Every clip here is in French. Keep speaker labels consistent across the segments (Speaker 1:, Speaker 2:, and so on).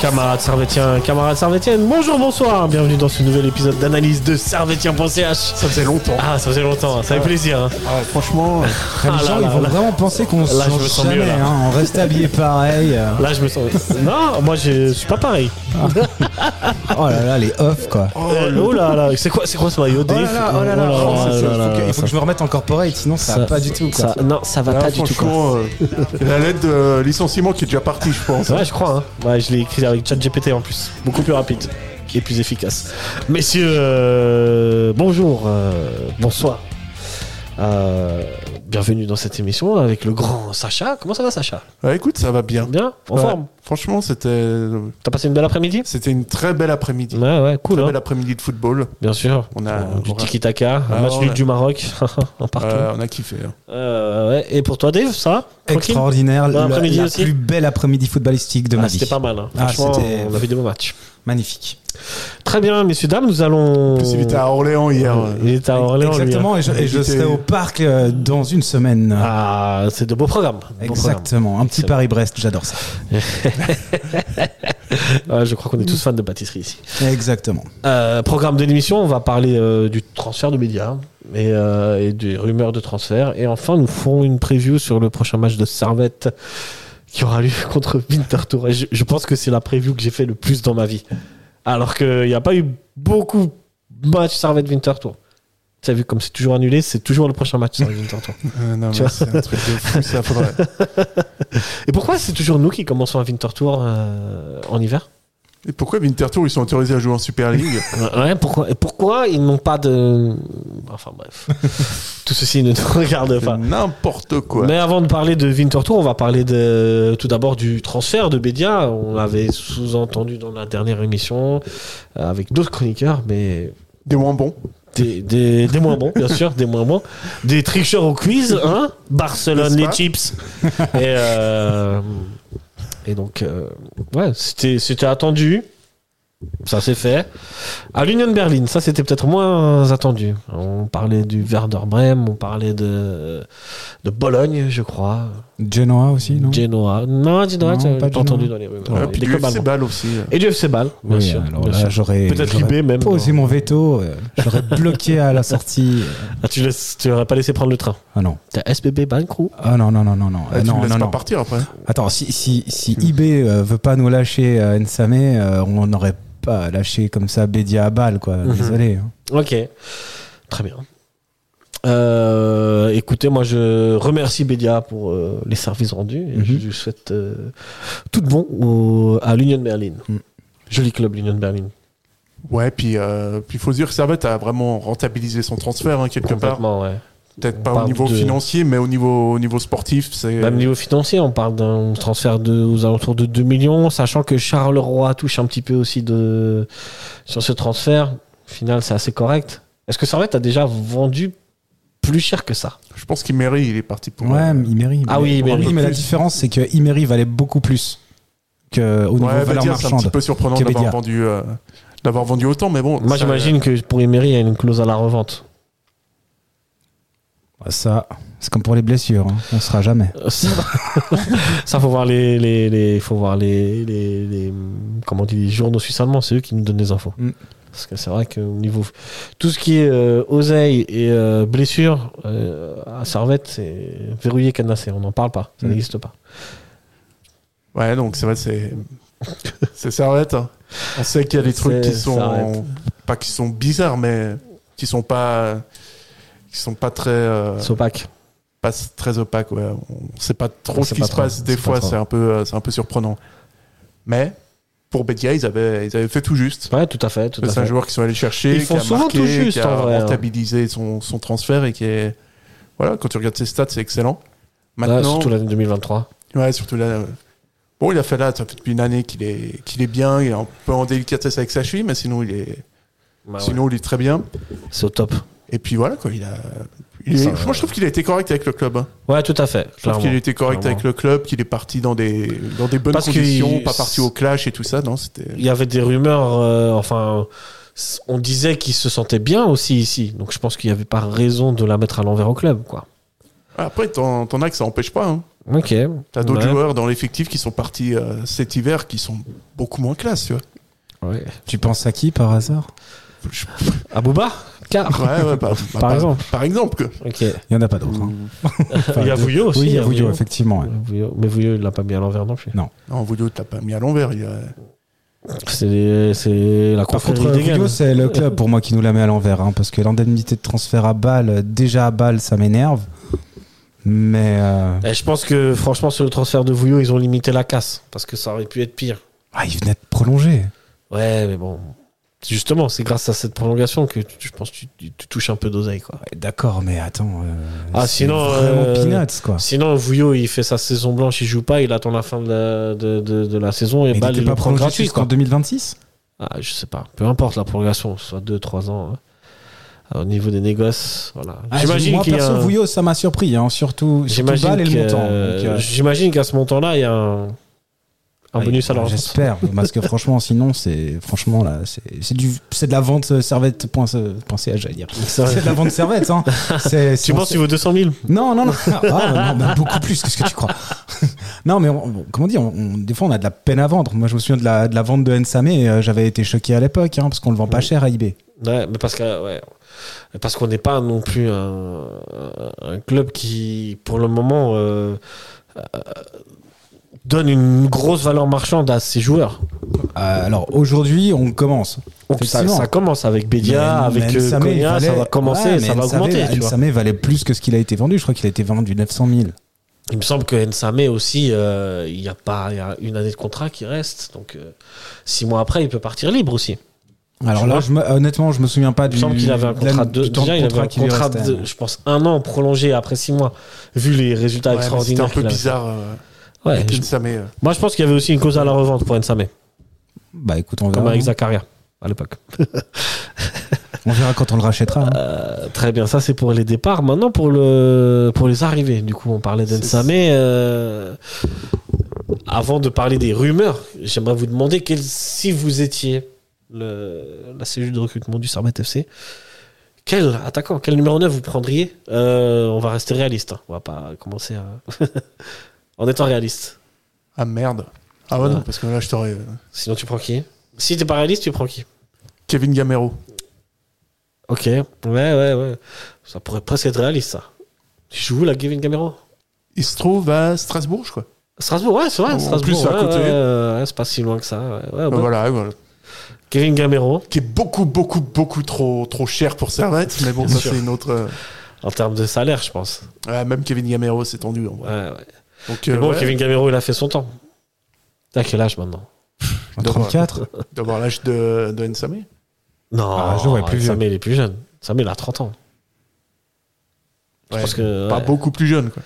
Speaker 1: Camarades Servetien, camarades Servetienne, bonjour, bonsoir, bienvenue dans ce nouvel épisode d'analyse de Servetien.ch.
Speaker 2: Ça faisait longtemps.
Speaker 1: Ah, ça faisait longtemps, ça fait plaisir. hein.
Speaker 2: Ah, franchement, euh,
Speaker 1: Ah
Speaker 2: les gens
Speaker 1: là
Speaker 2: ils
Speaker 1: là
Speaker 2: vont
Speaker 1: là.
Speaker 2: vraiment penser qu'on se
Speaker 1: Là, je
Speaker 2: change
Speaker 1: me sens
Speaker 2: jamais.
Speaker 1: mieux, là.
Speaker 2: hein. On reste habillé pareil. euh.
Speaker 1: Là, je me sens. Non, moi, je je suis pas pareil.
Speaker 2: Oh là là, les off quoi.
Speaker 1: Oh, là là, c'est quoi, c'est quoi ce maillot
Speaker 2: Oh
Speaker 1: Dave
Speaker 2: là là, oh là là.
Speaker 1: Oh
Speaker 2: Oh, c'est- c'est-
Speaker 1: là là,
Speaker 2: faut que- Il faut
Speaker 1: ça-
Speaker 2: que je me remette en corporate, sinon ça va pas du tout. quoi.
Speaker 1: ça- non, ça va
Speaker 3: Là,
Speaker 1: pas du tout. quoi.
Speaker 3: franchement, euh, la lettre de licenciement qui est déjà partie, je pense.
Speaker 1: Ouais, je crois. Hein. Ouais, je l'ai écrit avec ChatGPT en plus. Beaucoup plus rapide et plus efficace. Messieurs, euh, bonjour, euh, bonsoir. Euh, bienvenue dans cette émission avec le grand Sacha. Comment ça va, Sacha
Speaker 3: Ouais, Ah, écoute, ça va bien.
Speaker 1: Bien En
Speaker 3: Ouais.
Speaker 1: forme
Speaker 3: Franchement, c'était
Speaker 1: T'as passé une belle après-midi
Speaker 3: c'était une très belle après-midi.
Speaker 1: Ouais, ouais, cool.
Speaker 3: Très
Speaker 1: Hein.
Speaker 3: belle après-midi de football.
Speaker 1: Bien sûr.
Speaker 3: On a-
Speaker 1: Euh, du
Speaker 3: on a-
Speaker 1: tiki-taka, un
Speaker 3: Ah,
Speaker 1: match
Speaker 3: ouais.
Speaker 1: nul du Maroc, un partout.
Speaker 3: Euh, on a kiffé. hein.
Speaker 1: Euh, ouais. Et pour toi, Dave, ça Tranquille
Speaker 2: Extraordinaire,
Speaker 1: Bon
Speaker 2: le-
Speaker 1: après-midi
Speaker 2: la
Speaker 1: aussi.
Speaker 2: plus belle après-midi footballistique de ma
Speaker 1: Ah,
Speaker 2: vie.
Speaker 1: C'était pas mal. Hein.
Speaker 2: Ah,
Speaker 1: Franchement,
Speaker 2: c'était-
Speaker 1: on a vu des beaux matchs.
Speaker 2: Magnifique.
Speaker 1: Très bien, messieurs, dames, nous allons.
Speaker 3: En plus, il était à Orléans euh, hier.
Speaker 1: Il était à Orléans, lui, hein.
Speaker 2: Exactement, et je, et je
Speaker 3: Invité.
Speaker 2: serai au parc euh, dans une semaine.
Speaker 1: Ah, c'est de beaux programmes. de beaux
Speaker 2: Exactement, un petit
Speaker 1: Excellent.
Speaker 2: Paris-Brest, j'adore ça.
Speaker 1: programmes. Ah, je crois qu'on est tous fans de pâtisserie ici.
Speaker 2: Exactement.
Speaker 1: Euh, programme de l'émission, on va parler euh, du transfert de médias et, euh, et des rumeurs de transfert. Et enfin, nous ferons une preview sur le prochain match de Servette qui aura lieu contre Winterthur. Et Je, je pense que c'est la preview que j'ai fait le plus dans ma vie. Alors qu'il n'y a pas eu beaucoup de matchs Servette-Winterthur. Tu as vu, comme c'est toujours annulé, c'est toujours le prochain match Servette-Winterthur.
Speaker 3: Euh, non,
Speaker 1: Tu
Speaker 3: mais c'est un truc de fou, ça. Faudrait...
Speaker 1: et pourquoi c'est toujours nous qui commençons à Winterthur euh, en hiver
Speaker 3: Et pourquoi Winterthur, ils sont autorisés à jouer en Super League
Speaker 1: Ouais, Euh, ouais, pourquoi, et pourquoi ils n'ont pas de. Enfin bref. Tout ceci ne nous regarde
Speaker 3: C'est
Speaker 1: pas.
Speaker 3: N'importe quoi.
Speaker 1: Mais avant de parler de Winterthur, on va parler de, tout d'abord du transfert de Bédia. On l'avait sous-entendu dans la dernière émission euh, avec d'autres chroniqueurs, mais
Speaker 3: Des moins bons.
Speaker 1: des, des, des moins bons, bien sûr, des moins bons. Des tricheurs au quiz, hein Barcelone,
Speaker 3: N'est-ce
Speaker 1: les
Speaker 3: pas
Speaker 1: chips. Et, euh, et donc, euh, ouais, c'était c'était attendu. Ça s'est fait. À l'Union Berlin, ça c'était peut-être moins attendu. On parlait du Werder Bremen, on parlait de, de Bologne, je crois.
Speaker 2: Genoa aussi, non
Speaker 1: Genoa. Non, Genoa,
Speaker 2: Non,
Speaker 1: tu
Speaker 2: pas
Speaker 1: pas
Speaker 2: Genoa.
Speaker 1: entendu dans les rues.
Speaker 3: Et Euh, puis du FC Ball aussi.
Speaker 1: Et du FC Ball, bien
Speaker 2: Oui,
Speaker 1: sûr.
Speaker 2: alors
Speaker 1: bien
Speaker 2: là,
Speaker 1: sûr.
Speaker 2: j'aurais
Speaker 1: Peut-être
Speaker 2: j'aurais
Speaker 1: Libé, même,
Speaker 2: posé
Speaker 1: non.
Speaker 2: mon veto, euh, j'aurais bloqué à la sortie. euh,
Speaker 1: Ah, tu laisses- tu n'aurais pas laissé prendre le train.
Speaker 2: Ah non.
Speaker 1: T'as SBB Bankrou.
Speaker 2: Ah non, non, non, non, non.
Speaker 3: Ah,
Speaker 2: Ah,
Speaker 3: tu
Speaker 2: non,
Speaker 3: me laisses
Speaker 2: non,
Speaker 3: pas
Speaker 2: non.
Speaker 3: partir après.
Speaker 2: Attends, si, si, si IB euh, veut pas nous lâcher euh, Nsame, euh, on n'aurait pas lâché comme ça Bédia à balle, quoi. Désolé. hein.
Speaker 1: Ok, très bien. Euh, écoutez, moi je remercie Bédia pour euh, les services rendus et
Speaker 2: Mhm.
Speaker 1: je lui souhaite euh, tout de bon au- à l'Union Berlin.
Speaker 2: Mm.
Speaker 1: Joli club, l'Union Berlin.
Speaker 3: Ouais, puis euh, puis faut se dire que Servette a vraiment rentabilisé son transfert hein, quelque part.
Speaker 1: Complètement, ouais.
Speaker 3: Peut-être
Speaker 1: On
Speaker 3: pas au
Speaker 1: parle
Speaker 3: niveau
Speaker 1: de-
Speaker 3: financier, mais au niveau, au niveau sportif, c'est.
Speaker 1: Même niveau financier, on parle d'un transfert de, aux alentours de 2 millions, sachant que Charleroi touche un petit peu aussi de, sur ce transfert. Au final, c'est assez correct. Est-ce que Servette a déjà vendu plus cher que ça
Speaker 3: Je pense qu'Imery, il est parti pour. euh,
Speaker 2: Ouais, mais Imeri.
Speaker 1: Ah oui,
Speaker 2: mais,
Speaker 1: Imeri.
Speaker 2: mais la différence, c'est que Imeri valait beaucoup plus que au niveau
Speaker 3: Ouais,
Speaker 2: valeur
Speaker 3: Bedia, c'est un petit
Speaker 2: marchande.
Speaker 3: peu surprenant
Speaker 2: Qu'est
Speaker 3: d'avoir
Speaker 2: Bedia.
Speaker 3: vendu, euh, d'avoir vendu autant, mais bon.
Speaker 1: Moi,
Speaker 3: ça-
Speaker 1: j'imagine que pour Emery, il y a une clause à la revente.
Speaker 2: Ça, c'est comme pour les blessures, hein. on sera jamais.
Speaker 1: Ça, ça, faut voir les, les, les- faut voir les, les, les- comment on dit, les journaux suisses allemands, c'est eux qui nous donnent les infos.
Speaker 2: Mm.
Speaker 1: Parce que c'est vrai que au niveau tout ce qui est euh, oseille et euh, blessure euh, à Servette, c'est verrouillé cadenassé. On n'en parle pas, ça
Speaker 2: Mm.
Speaker 1: n'existe pas.
Speaker 3: euh, Ouais, donc c'est vrai, c'est. c'est Servette. hein. On sait qu'il y a des trucs
Speaker 1: C'est
Speaker 3: qui sont.
Speaker 1: Servette.
Speaker 3: Pas qui sont bizarres, mais qui sont pas. Qui sont pas très. euh,
Speaker 1: C'est opaque.
Speaker 3: pas très opaques, ouais. On sait pas
Speaker 1: On
Speaker 3: trop ce
Speaker 1: sait
Speaker 3: qui
Speaker 1: pas
Speaker 3: se
Speaker 1: trop,
Speaker 3: passe.
Speaker 1: on
Speaker 3: Des
Speaker 1: sait pas
Speaker 3: fois,
Speaker 1: trop.
Speaker 3: c'est un, peu, euh, c'est un peu surprenant. Mais, pour Bedia, ils avaient, ils avaient fait tout juste.
Speaker 1: Ouais, tout à fait, tout à
Speaker 3: C'est un
Speaker 1: fait.
Speaker 3: joueur qui sont allés chercher,
Speaker 1: Ils font
Speaker 3: qui a
Speaker 1: souvent
Speaker 3: marqué,
Speaker 1: tout juste,
Speaker 3: qui a
Speaker 1: en vrai, hein.
Speaker 3: rentabilisé son, son transfert et qui est voilà quand tu regardes ses stats c'est excellent.
Speaker 1: Là,
Speaker 3: Maintenant,
Speaker 1: surtout l'année 2023.
Speaker 3: ouais surtout là, euh, bon il a fait là ça fait depuis une année qu'il est qu'il est bien, il est un peu en délicatesse avec sa cheville mais sinon il est
Speaker 1: Bah ouais,
Speaker 3: sinon il est très bien
Speaker 1: C'est au top.
Speaker 3: Et puis voilà, quoi. Il a... il est-
Speaker 1: Ça,
Speaker 3: moi, je trouve qu'il a été correct avec le club. hein.
Speaker 1: Ouais, tout à fait.
Speaker 3: Je trouve
Speaker 1: clairement.
Speaker 3: qu'il a été correct
Speaker 1: Clairement.
Speaker 3: avec le club, qu'il est parti dans des, dans des bonnes
Speaker 1: Parce qu'il-
Speaker 3: conditions, pas parti au clash et tout ça. Non, c'était.
Speaker 1: Il y avait des rumeurs, euh, enfin, s- on disait qu'il se sentait bien aussi ici. Donc je pense qu'il n'y avait pas raison de la mettre à l'envers au club, quoi.
Speaker 3: Après, t'en t'en as que ça empêche pas. Hein.
Speaker 1: Ok.
Speaker 3: T'as d'autres
Speaker 1: Ouais.
Speaker 3: joueurs dans l'effectif qui sont partis euh, cet hiver qui sont beaucoup moins classe, tu vois.
Speaker 1: Ouais.
Speaker 2: Tu penses à qui par hasard
Speaker 3: Je-
Speaker 1: Abouba Car
Speaker 3: Ouais, ouais, bah, bah, par,
Speaker 1: exemple.
Speaker 3: Par exemple, que.
Speaker 1: Ok.
Speaker 2: Il n'y en a pas d'autres. hein. Enfin,
Speaker 1: Il y a
Speaker 2: de-
Speaker 1: Vouillot aussi,
Speaker 2: Oui, il y a
Speaker 1: hein,
Speaker 2: Vouillot,
Speaker 1: Vouillot.
Speaker 2: effectivement. ouais.
Speaker 1: Vouillot- Mais Vouillot, il l'a pas mis à l'envers non plus.
Speaker 3: Non, Voulio, t'as pas mis à l'envers. il y a-
Speaker 1: C'est les- c'est la
Speaker 2: Par contre,
Speaker 1: confrérie des Galles.
Speaker 2: Vouillot, c'est le club pour moi qui nous la met à l'envers. hein, parce que l'indemnité de transfert à Bâle, déjà à Bâle, ça m'énerve. Mais. euh,
Speaker 1: Et je pense que franchement sur le transfert de Vouillot, ils ont limité la casse parce que ça aurait pu être pire.
Speaker 2: Ah, il venait de prolonger.
Speaker 1: Ouais, mais bon. Justement, c'est grâce à cette prolongation que tu- je pense que tu, tu- tu touches un peu d'oseille quoi.
Speaker 2: Ouais, D'accord, mais attends. euh,
Speaker 1: Ah,
Speaker 2: c'est
Speaker 1: sinon,
Speaker 2: Vraiment
Speaker 1: euh,
Speaker 2: peanuts, quoi.
Speaker 1: Sinon, Vouillot, il fait sa saison blanche, il joue pas, il attend la fin de la, de, de- de la saison
Speaker 2: Mais
Speaker 1: et
Speaker 2: il
Speaker 1: bah,
Speaker 2: n'était
Speaker 1: il
Speaker 2: pas
Speaker 1: le prend
Speaker 2: prolongé
Speaker 1: gratuit.
Speaker 2: jusqu'en
Speaker 1: Quoi.
Speaker 2: 2026
Speaker 1: Ah, je sais pas. Peu importe la prolongation, soit 2-3 ans. hein. Alors, Au niveau des négoces, voilà.
Speaker 2: Ah,
Speaker 1: J'imagine
Speaker 2: Moi,
Speaker 1: qu'il y a
Speaker 2: perso,
Speaker 1: un-
Speaker 2: Vouillot, ça m'a surpris. hein, surtout surtout
Speaker 1: J'imagine
Speaker 2: Bâle et
Speaker 1: que-
Speaker 2: le montant. donc, euh,
Speaker 1: J'imagine qu'à ce montant-là, il y a un, un
Speaker 2: Ouais,
Speaker 1: bonus à
Speaker 2: bah,
Speaker 1: leur
Speaker 2: J'espère, parce que franchement, sinon, c'est franchement là, c'est c'est du, c'est de la vente euh, servette. Point, euh, point CH, j'allais dire.
Speaker 1: C'est vrai.
Speaker 2: C'est de la vente servette, hein. C'est-
Speaker 1: Tu
Speaker 2: c'est-
Speaker 1: penses qu'il vaut 200 000
Speaker 2: Non, non, non. Ah, non, bah, beaucoup plus que ce que tu crois. non, mais on- bon, comment dire, on- on- des fois, on a de la peine à vendre. Moi, je me souviens de la, de la vente de Nsame. euh, J'avais été choqué à l'époque, hein, parce qu'on le vend pas cher à eBay.
Speaker 1: Ouais, mais parce que ouais, parce qu'on n'est pas non plus un, un club qui, pour le moment, euh, euh, donne une grosse valeur marchande à ses joueurs.
Speaker 2: Euh, alors aujourd'hui, on commence.
Speaker 1: Donc ça,
Speaker 2: Effectivement.
Speaker 1: ça commence avec Bedia,
Speaker 2: Mais-
Speaker 1: Eh avec
Speaker 2: mais
Speaker 1: euh,
Speaker 2: Nsame, il
Speaker 1: Konya, ça
Speaker 2: fallait-
Speaker 1: va commencer,
Speaker 2: ouais,
Speaker 1: et ça
Speaker 2: mais
Speaker 1: va
Speaker 2: Nsame,
Speaker 1: augmenter. tu vois.
Speaker 2: Nsame valait plus que ce qu'il a été vendu. Je crois qu'il a été vendu 900 000.
Speaker 1: Il me semble que Nsame aussi, euh, il y a pas il y a une année de contrat qui reste, donc euh, six mois après, il peut partir libre aussi.
Speaker 2: Alors
Speaker 1: Tu
Speaker 2: là,
Speaker 1: vois
Speaker 2: je me- honnêtement, je me souviens pas
Speaker 1: Il
Speaker 2: du.
Speaker 1: me semble qu'il avait un
Speaker 2: de la-
Speaker 1: contrat
Speaker 2: du
Speaker 1: de
Speaker 2: temps de
Speaker 1: déjà, il avait un
Speaker 2: qui lui
Speaker 1: contrat
Speaker 2: restait.
Speaker 1: de, je pense, un an prolongé après six mois, vu les résultats
Speaker 3: Ouais, mais C'était
Speaker 1: extraordinaires.
Speaker 3: un peu
Speaker 1: qu'il avait.
Speaker 3: bizarre. euh,
Speaker 1: Ouais,
Speaker 3: avec
Speaker 1: je-
Speaker 3: Kinsamé, euh.
Speaker 1: Moi, je pense qu'il y avait aussi une cause à la revente pour Nsame,
Speaker 2: Bah écoute, on
Speaker 1: comme
Speaker 2: verra.
Speaker 1: E, avec
Speaker 2: hein.
Speaker 1: Zakaria à l'époque.
Speaker 2: On verra quand on le rachètera. hein.
Speaker 1: Euh, très bien, ça c'est pour les départs. Maintenant, pour, le, pour les arrivées, du coup, on parlait d'Ensame. E, euh, avant de parler des rumeurs, j'aimerais vous demander quel- si vous étiez le- la cellule de recrutement du Sarmet FC, quel attaquant, quel numéro 9 vous prendriez Euh, On va rester réaliste, hein. on va pas commencer à... en étant réaliste.
Speaker 3: Ah merde. Ah ouais,
Speaker 1: Ouais.
Speaker 3: non, parce que là, je t'aurais. euh,
Speaker 1: Sinon, tu prends qui Si t'es pas réaliste, tu prends qui
Speaker 3: Kevin Gamero.
Speaker 1: Ok, ouais, ouais, ouais. Ça pourrait presque être réaliste, ça. Tu joues où, la Kevin Gamero
Speaker 3: Il se trouve à Strasbourg, je crois.
Speaker 1: Strasbourg, ouais, c'est vrai,
Speaker 3: En
Speaker 1: Strasbourg.
Speaker 3: plus, c'est à
Speaker 1: ouais,
Speaker 3: côté.
Speaker 1: ouais, ouais, ouais, c'est pas si loin que ça. ouais. Ouais,
Speaker 3: Bah
Speaker 1: Ah, bon.
Speaker 3: voilà, voilà.
Speaker 1: Kevin Gamero,
Speaker 3: Qui est beaucoup, beaucoup, beaucoup trop, trop cher pour Servette. Mais bon,
Speaker 1: Bien
Speaker 3: ça,
Speaker 1: sûr.
Speaker 3: c'est une autre. euh,
Speaker 1: en termes de salaire, je pense.
Speaker 3: ouais, même Kevin Gamero, c'est tendu. En
Speaker 1: Ouais,
Speaker 3: vrai.
Speaker 1: ouais.
Speaker 3: Donc,
Speaker 1: Mais
Speaker 3: euh,
Speaker 1: bon,
Speaker 3: ouais,
Speaker 1: Kevin Gamero, il a fait son temps. T'as quel âge maintenant
Speaker 2: En
Speaker 3: D'accord.
Speaker 2: 34
Speaker 3: D'avoir l'âge de, de Nsamé.
Speaker 1: Non,
Speaker 2: Ah, je le vois plus vieux.
Speaker 1: Samé, il est plus jeune. Samé, il a 30 ans.
Speaker 3: Ouais,
Speaker 1: Je pense que.
Speaker 3: Pas
Speaker 1: ouais.
Speaker 3: beaucoup plus jeune, quoi.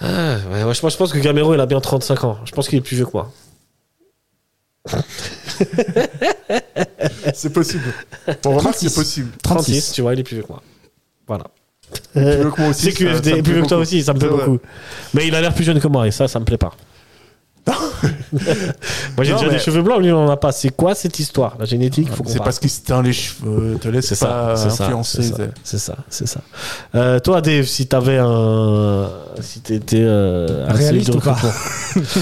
Speaker 1: Ah, ouais, ouais, je, pense, je pense que Gamero, il a bien 35 ans. Je pense qu'il est plus vieux que moi.
Speaker 3: C'est possible. Bon, remarque,
Speaker 2: 36.
Speaker 3: c'est possible.
Speaker 1: 36,
Speaker 2: 36.
Speaker 1: tu vois, il est plus vieux que moi. Voilà.
Speaker 3: Plus vieux que moi aussi.
Speaker 1: Euh, C'est
Speaker 3: ça- ça
Speaker 1: QFD,
Speaker 3: me
Speaker 1: plus
Speaker 3: plaît
Speaker 1: vieux que toi
Speaker 3: beaucoup.
Speaker 1: aussi, ça me plaît
Speaker 3: C'est vrai.
Speaker 1: beaucoup. Mais il a l'air plus jeune que moi et ça, ça me plaît pas. moi j'ai
Speaker 3: Non,
Speaker 1: déjà des
Speaker 3: mais-
Speaker 1: cheveux blancs, lui il en a pas. C'est quoi cette histoire La génétique, faut qu'on
Speaker 3: C'est
Speaker 1: parle.
Speaker 3: parce qu'il se teint les cheveux. Te laisse
Speaker 1: C'est ça,
Speaker 3: pas
Speaker 1: c'est ça,
Speaker 3: influencer.
Speaker 1: c'est ça,
Speaker 3: t'es-
Speaker 1: c'est ça, c'est ça. Euh, toi, Dave, si t'avais un, si t'étais euh, un
Speaker 2: Réaliste
Speaker 1: seuil de
Speaker 2: ou pas
Speaker 1: recrutement.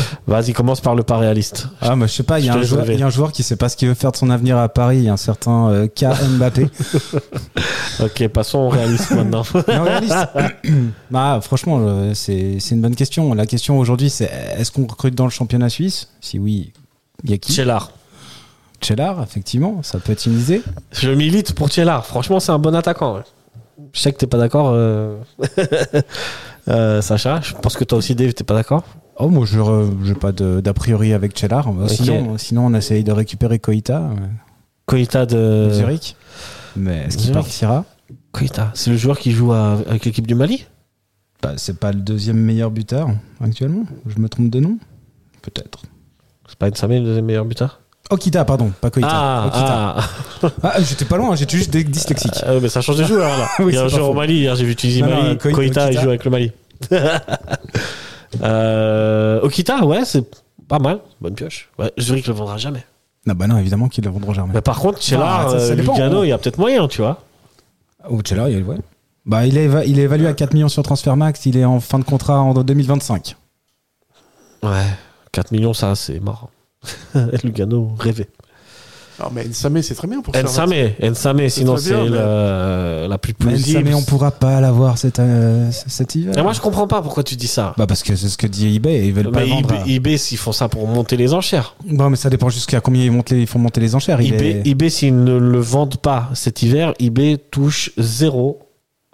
Speaker 1: Vas-y, commence par le pas réaliste.
Speaker 2: Ah, mais je sais pas, il y, a
Speaker 1: Je te
Speaker 2: un
Speaker 1: laisse
Speaker 2: joueur-
Speaker 1: relever.
Speaker 2: il y a un joueur qui sait pas ce qu'il veut faire de son avenir à Paris, un certain euh, K. Mbappé.
Speaker 1: Ok, passons au réaliste maintenant.
Speaker 2: Non, réaliste. bah, franchement, euh, c'est c'est une bonne question. La question aujourd'hui, c'est est-ce qu'on recrute dans le championnat suisse Si oui, il y a qui
Speaker 1: Tchellar.
Speaker 2: Tchellar, effectivement, ça peut être une idée.
Speaker 1: Je milite pour Tchellar. Franchement, c'est un bon attaquant. ouais. Je sais que t'es pas d'accord, euh, euh, Sacha. Je pense que toi aussi, Dave, t'es pas d'accord.
Speaker 2: Oh, moi, je n'ai pas de- d'a priori avec Tchellar. Bah,
Speaker 1: Ok.
Speaker 2: Sinon, sinon, on essaye de récupérer Koita, euh,
Speaker 1: Koita de.
Speaker 2: Zurich. Mais est-ce qu'il
Speaker 1: Euh, Zurich.
Speaker 2: partira
Speaker 1: Koita, c'est le joueur qui joue à- avec l'équipe du Mali
Speaker 2: Bah, C'est pas le deuxième meilleur buteur actuellement. Je me trompe de nom Peut-être.
Speaker 1: C'est pas Nsame le deuxième meilleur buteur
Speaker 2: Okita, pardon, pas Koita. Okita.
Speaker 1: Ah, ah.
Speaker 2: Ah, j'étais pas loin, j'étais juste dys- dyslexique.
Speaker 1: Ah, mais ça change de joueur là.
Speaker 2: Oui,
Speaker 1: il y a
Speaker 2: c'est
Speaker 1: un
Speaker 2: pas
Speaker 1: joueur au
Speaker 2: faux.
Speaker 1: Mali, hier j'ai vu Tunisie
Speaker 2: Non, non,
Speaker 1: Mali.
Speaker 2: Koi-
Speaker 1: Koita, il
Speaker 2: Okita.
Speaker 1: joue avec le Mali. euh, Okita, ouais, c'est pas mal. Bonne pioche. Ouais, Zurich le vendra jamais.
Speaker 2: Non, bah non, évidemment qu'ils le vendront jamais.
Speaker 1: Mais Bah, par contre, Chellar,
Speaker 2: Ah, ça, ça
Speaker 1: euh,
Speaker 2: dépend.
Speaker 1: Lugano, il y a peut-être moyen, tu vois.
Speaker 2: Ou Chela, il, ouais. bah, il, est, éva- il est évalué à 4 millions sur Transfermax, il est en fin de contrat en 2025.
Speaker 1: Ouais. 4 millions, ça, c'est mort. Lugano, rêvé.
Speaker 3: Non, mais Nsamé, c'est très bien pour ça.
Speaker 1: Ensame, Ensame, sinon
Speaker 3: très
Speaker 1: c'est
Speaker 3: bien, mais-
Speaker 1: la, la plus
Speaker 2: Mais
Speaker 1: plausible.
Speaker 2: mais on pourra pas l'avoir cet, euh, c- cet hiver.
Speaker 1: Et moi, je comprends pas pourquoi tu dis ça.
Speaker 2: Bah parce que c'est ce que dit eBay, ils veulent pas
Speaker 1: mais
Speaker 2: le vendre. à-
Speaker 1: eBay, eBay, s'ils font ça pour monter les enchères.
Speaker 2: Non, mais ça dépend jusqu'à combien ils, montent les- ils font monter les enchères. Ah, Il
Speaker 1: eBay,
Speaker 2: est-
Speaker 1: eBay, s'ils ne le vendent pas cet hiver, eBay touche zéro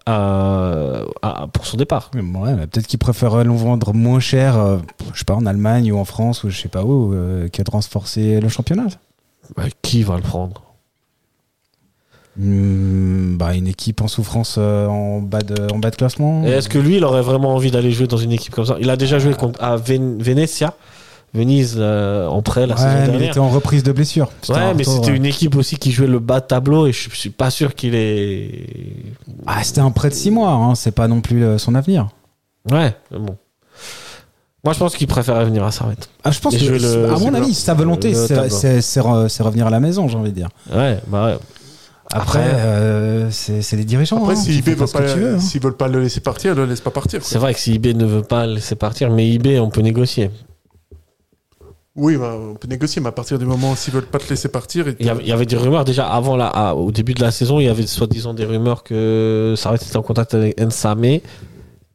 Speaker 1: à- à- pour son départ.
Speaker 2: Ouais, mais peut-être qu'ils préfèrent le vendre moins cher, euh, je sais pas, en Allemagne ou en France ou je sais pas où, euh, que de renforcer le championnat.
Speaker 1: Bah, qui va le prendre
Speaker 2: Hmm, bah, une équipe en souffrance euh, en, bas de, en bas de classement.
Speaker 1: Et Est-ce que lui, il aurait vraiment envie d'aller jouer dans une équipe comme ça Il a déjà joué contre, à Ven- Venezia, Venise, euh, en prêt la
Speaker 2: Ouais,
Speaker 1: saison
Speaker 2: mais il
Speaker 1: dernière.
Speaker 2: était en reprise de blessure.
Speaker 1: Ouais, mais
Speaker 2: retour,
Speaker 1: c'était
Speaker 2: euh.
Speaker 1: une équipe aussi qui jouait le bas de tableau et je suis pas sûr qu'il est.
Speaker 2: Ah, c'était un prêt de 6 mois, hein, c'est pas non plus euh, son avenir.
Speaker 1: Ouais, mais bon. Moi, je pense qu'il préférait venir à Servette.
Speaker 2: Ah, je pense
Speaker 1: Et
Speaker 2: que,
Speaker 1: jouer le-
Speaker 2: à
Speaker 1: c'est
Speaker 2: mon
Speaker 1: le-
Speaker 2: avis, sa volonté,
Speaker 1: le
Speaker 2: c'est-
Speaker 1: tableau.
Speaker 2: c'est c'est re- c'est revenir à la maison, j'ai envie de dire.
Speaker 1: Ouais, bah ouais.
Speaker 2: Après,
Speaker 1: Après-
Speaker 2: euh, c'est c'est les dirigeants.
Speaker 3: Après,
Speaker 2: hein,
Speaker 3: si
Speaker 2: qui
Speaker 3: eBay
Speaker 2: font
Speaker 3: veut
Speaker 2: ce que
Speaker 3: pas-
Speaker 2: tu veux, hein.
Speaker 3: s'ils veulent pas le laisser partir, le laisse pas partir. quoi.
Speaker 1: C'est vrai que si eBay ne veut pas le laisser partir, mais eBay, on peut négocier.
Speaker 3: Oui, bah, on peut négocier, mais à partir du moment où s'ils veulent pas te laisser partir, ils te-
Speaker 1: Il y avait, il y avait des rumeurs déjà avant la, à- au début de la saison, il y avait soi-disant des rumeurs que Servette était en contact avec Nsame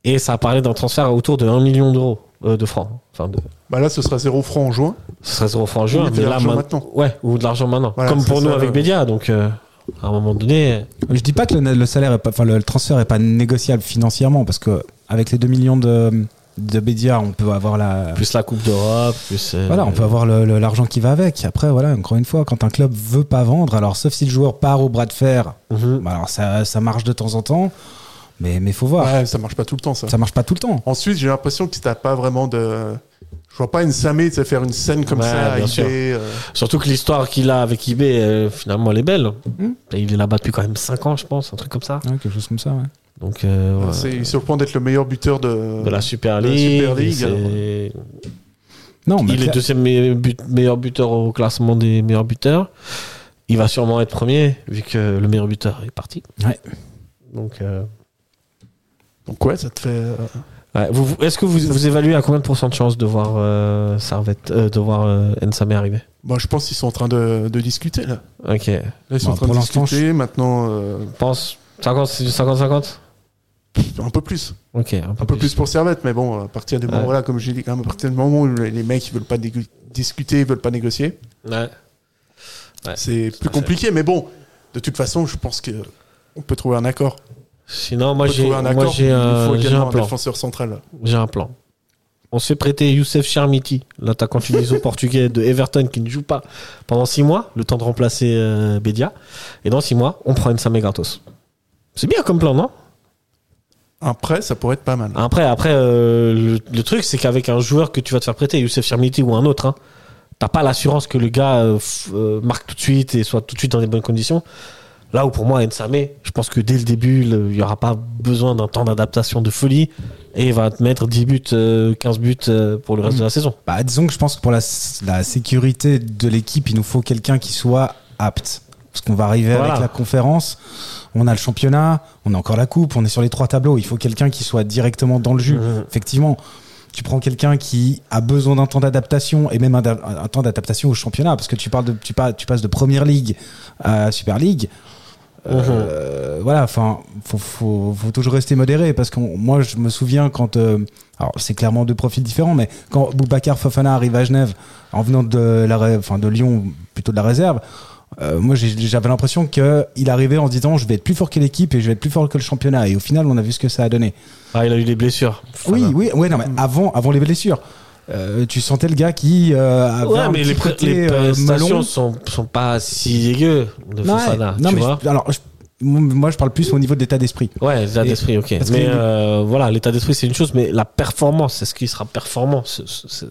Speaker 1: et ça parlait d'un transfert à autour de 1 million d'euros euh, de francs. Enfin, de,
Speaker 3: bah là, ce sera 0 francs en juin.
Speaker 1: ce serait 0 francs en juin,
Speaker 3: Ou de
Speaker 1: mais là
Speaker 3: l'argent
Speaker 1: man-
Speaker 3: maintenant.
Speaker 1: Ouais, ou de l'argent maintenant.
Speaker 3: Voilà,
Speaker 1: Comme
Speaker 3: c'est
Speaker 1: pour
Speaker 3: ça,
Speaker 1: nous
Speaker 3: là.
Speaker 1: avec Bédia, donc euh, à un moment donné.
Speaker 2: hein. Je dis pas que le, le salaire, est pas, enfin le transfert est pas négociable financièrement parce que avec les 2 millions de de Bédia, on peut avoir la
Speaker 1: plus la Coupe d'Europe, plus. euh,
Speaker 2: voilà, on peut avoir le- le- l'argent qui va avec. Après, voilà, encore une fois, quand un club veut pas vendre, alors sauf si le joueur part au bras de fer,
Speaker 1: Mhm.
Speaker 2: bah, alors ça, ça marche de temps en temps, mais mais faut voir.
Speaker 3: Ouais, ça marche pas tout le temps, ça.
Speaker 2: Ça marche pas tout le temps.
Speaker 3: Ensuite, j'ai l'impression que t'as pas vraiment de. Je vois pas une Samé faire une scène comme
Speaker 1: Ouais,
Speaker 3: ça à
Speaker 1: bien
Speaker 3: eBay,
Speaker 1: sûr.
Speaker 3: euh,
Speaker 1: Surtout que l'histoire qu'il a avec eBay, euh, finalement, elle est belle.
Speaker 2: Hmm.
Speaker 1: Et il est là-bas depuis quand même 5 ans, je pense, un truc comme ça.
Speaker 2: Ouais, quelque chose comme ça. ouais.
Speaker 1: Donc, euh, ouais.
Speaker 3: c'est- Il est sur le point d'être le meilleur buteur de,
Speaker 1: de la Super
Speaker 3: de la
Speaker 1: League.
Speaker 3: Super League,
Speaker 1: c'est-
Speaker 2: Non, mais
Speaker 1: Il est
Speaker 2: cla-
Speaker 1: deuxième me- but- meilleur buteur au classement des meilleurs buteurs. Il va sûrement être premier, vu que le meilleur buteur est parti.
Speaker 2: Ouais.
Speaker 1: Donc, euh,
Speaker 3: Donc ouais, ça te fait. euh,
Speaker 1: ouais. Vous- vous- est-ce que vous, vous évaluez à combien de pourcents de chance de voir euh, Servette, euh, de voir euh, Nsame arriver
Speaker 3: Bah, je pense qu'ils sont en train de, de discuter là.
Speaker 1: Ok.
Speaker 3: Là, ils sont
Speaker 2: Bah,
Speaker 3: en train
Speaker 2: pour
Speaker 3: de
Speaker 2: l'instant,
Speaker 3: discuter. Maintenant, euh,
Speaker 1: Pense 50, c'est du 50-50
Speaker 3: un peu plus,
Speaker 1: Ok, un peu,
Speaker 3: un peu plus pour Servette, mais bon, à partir du moment
Speaker 1: Ouais.
Speaker 3: là, comme j'ai dit, à partir du moment où les les mecs ils veulent pas négo- discuter, ils veulent pas négocier,
Speaker 1: Ouais. Ouais.
Speaker 3: c'est
Speaker 1: à
Speaker 3: plus
Speaker 1: fait.
Speaker 3: compliqué. Mais bon, de toute façon, je pense que on peut trouver un accord.
Speaker 1: Sinon, moi
Speaker 3: on peut
Speaker 1: j'ai
Speaker 3: trouver un
Speaker 1: moi,
Speaker 3: accord.
Speaker 1: j'ai
Speaker 3: il faut
Speaker 1: un, j'ai un
Speaker 3: également un
Speaker 1: plan.
Speaker 3: défenseur central.
Speaker 1: J'ai un plan. On se fait prêter Youssef Charmiti, l'attaquant tuniso portugais de Everton qui ne joue pas pendant 6 mois, le temps de remplacer euh, Bedia. Et dans 6 mois, on prend Nsame gratos. C'est bien comme plan, non
Speaker 3: Un prêt, ça pourrait être pas mal.
Speaker 1: Après, après euh, le, le truc, c'est qu'avec un joueur que tu vas te faire prêter, Youssef Charmiti ou un autre, hein, t'as pas l'assurance que le gars euh, f- euh, marque tout de suite et soit tout de suite dans les bonnes conditions. Là où pour moi, Nsame, je pense que dès le début, le- il n'y aura pas besoin d'un temps d'adaptation de folie et il va te mettre 10 buts, euh, 15 buts euh, pour le reste de la saison.
Speaker 2: Bah, disons que je pense que pour la, s- la sécurité de l'équipe, il nous faut quelqu'un qui soit apte. Parce qu'on va arriver
Speaker 1: Voilà.
Speaker 2: avec la conférence, on a le championnat, on a encore la coupe, on est sur les trois tableaux. Il faut quelqu'un qui soit directement dans le jus.
Speaker 1: Mhm.
Speaker 2: Effectivement, tu prends quelqu'un qui a besoin d'un temps d'adaptation et même un, da- un temps d'adaptation au championnat. Parce que tu, parles de, tu, pas- tu passes de première ligue à Super League. Euh, voilà, enfin, faut, faut, faut toujours rester modéré parce que moi, je me souviens quand, euh, alors c'est clairement deux profils différents, mais quand Boubacar Fofana arrive à Genève en venant de la, ré- enfin de Lyon, plutôt de la réserve, euh, moi j'ai- j'avais l'impression que il arrivait en se disant je vais être plus fort que l'équipe et je vais être plus fort que le championnat et au final on a vu ce que ça a donné.
Speaker 1: Ah, il a eu des blessures.
Speaker 2: oui,
Speaker 1: Fofana.
Speaker 2: oui, ouais, non mais avant, avant les blessures. euh, tu sentais le gars qui euh, avait
Speaker 1: Ouais,
Speaker 2: un
Speaker 1: mais
Speaker 2: petit
Speaker 1: les, pré-
Speaker 2: côté,
Speaker 1: les
Speaker 2: euh,
Speaker 1: prestations
Speaker 2: melon.
Speaker 1: sont, sont pas si dégueu de
Speaker 2: Ouais,
Speaker 1: Fofana,
Speaker 2: non,
Speaker 1: tu
Speaker 2: mais je-
Speaker 1: vois.
Speaker 2: alors je- moi je parle plus au niveau de l'état d'esprit.
Speaker 1: Ouais, l'état
Speaker 2: Et-
Speaker 1: d'esprit, ok.
Speaker 2: parce
Speaker 1: Mais
Speaker 2: que-
Speaker 1: euh, voilà, l'état d'esprit, c'est une chose, mais la performance, est-ce qu'il sera performant ce- ce- ce-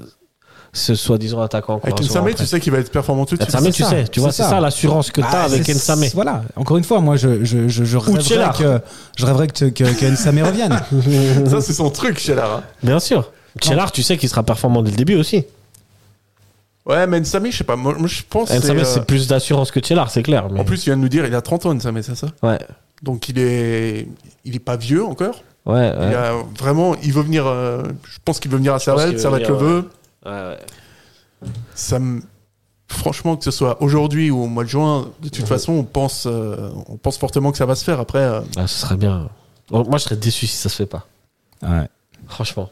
Speaker 1: ce soi-disant attaquant. quoi,
Speaker 3: Avec
Speaker 1: souvent
Speaker 3: Nsame,
Speaker 1: après.
Speaker 3: tu sais qu'il va être performant tout de suite.
Speaker 1: Nsame,
Speaker 2: c'est
Speaker 1: tu
Speaker 2: ça,
Speaker 1: sais, tu vois,
Speaker 2: c'est
Speaker 1: c'est
Speaker 2: ça.
Speaker 1: ça, l'assurance que tu
Speaker 2: Bah,
Speaker 1: as avec
Speaker 2: c'est-
Speaker 1: Nsame.
Speaker 2: Voilà, encore une fois, moi je, je, je, je rêverais,
Speaker 1: Tchellar.
Speaker 2: que, je rêverais que, que, que Nsame revienne.
Speaker 3: Ça, c'est son truc hein. chez Lara.
Speaker 1: Bien sûr. Tchellar, tu sais qu'il sera performant dès le début aussi.
Speaker 3: Ouais, mais Nsame, je sais pas. Moi, moi, je pense. que c'est,
Speaker 1: Nsame,
Speaker 3: euh,
Speaker 1: c'est plus d'assurance que Tchellar, c'est clair. mais-
Speaker 3: En plus, il vient de nous dire il a 30 ans, Nsame, c'est ça
Speaker 1: ouais.
Speaker 3: Donc, il est, il est pas vieux encore.
Speaker 1: Ouais,
Speaker 3: Il
Speaker 1: ouais.
Speaker 3: a vraiment. Il veut venir. euh, Je pense qu'il veut venir à Servette.
Speaker 1: qu'il
Speaker 3: Servette
Speaker 1: veut
Speaker 3: le
Speaker 1: venir,
Speaker 3: veut.
Speaker 1: Ouais, ouais.
Speaker 3: ça me- Franchement, que ce soit aujourd'hui ou au mois de juin, de toute façon, on pense, euh, on pense fortement que ça va se faire. Après, euh,
Speaker 1: Ah, ce serait bien. Bon, Moi, je serais déçu si ça se fait pas.
Speaker 2: Ouais.
Speaker 1: Franchement.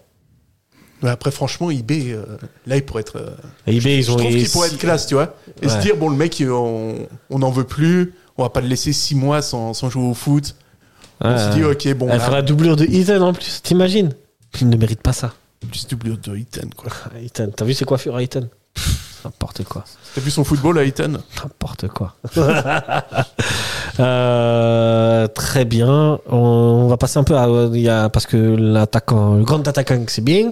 Speaker 3: mais après franchement, eBay, euh, là, il pourrait être. euh,
Speaker 1: Et eBay, ils
Speaker 3: je
Speaker 1: ont
Speaker 3: trouve
Speaker 1: ils-
Speaker 3: qu'il pourrait être classe, tu vois. Et se
Speaker 1: Ouais.
Speaker 3: dire, bon, le mec, euh, on on n'en veut plus, on va pas le laisser six mois sans, sans jouer au foot.
Speaker 1: Ouais,
Speaker 3: on se dit,
Speaker 1: ouais.
Speaker 3: ok, bon, bah,
Speaker 1: Elle
Speaker 3: là,
Speaker 1: fera la doublure de Ethan en plus, t'imagines Il ne mérite pas ça.
Speaker 3: petite doublure de Ethan, quoi.
Speaker 1: Ah, Ethan, t'as vu ses coiffures à Ethan N'importe quoi.
Speaker 3: T'as vu son football à Ethan
Speaker 1: N'importe quoi. Euh, très bien. On, on va passer un peu à. il y a- parce que l'attaquant, le grand attaquant, c'est bien.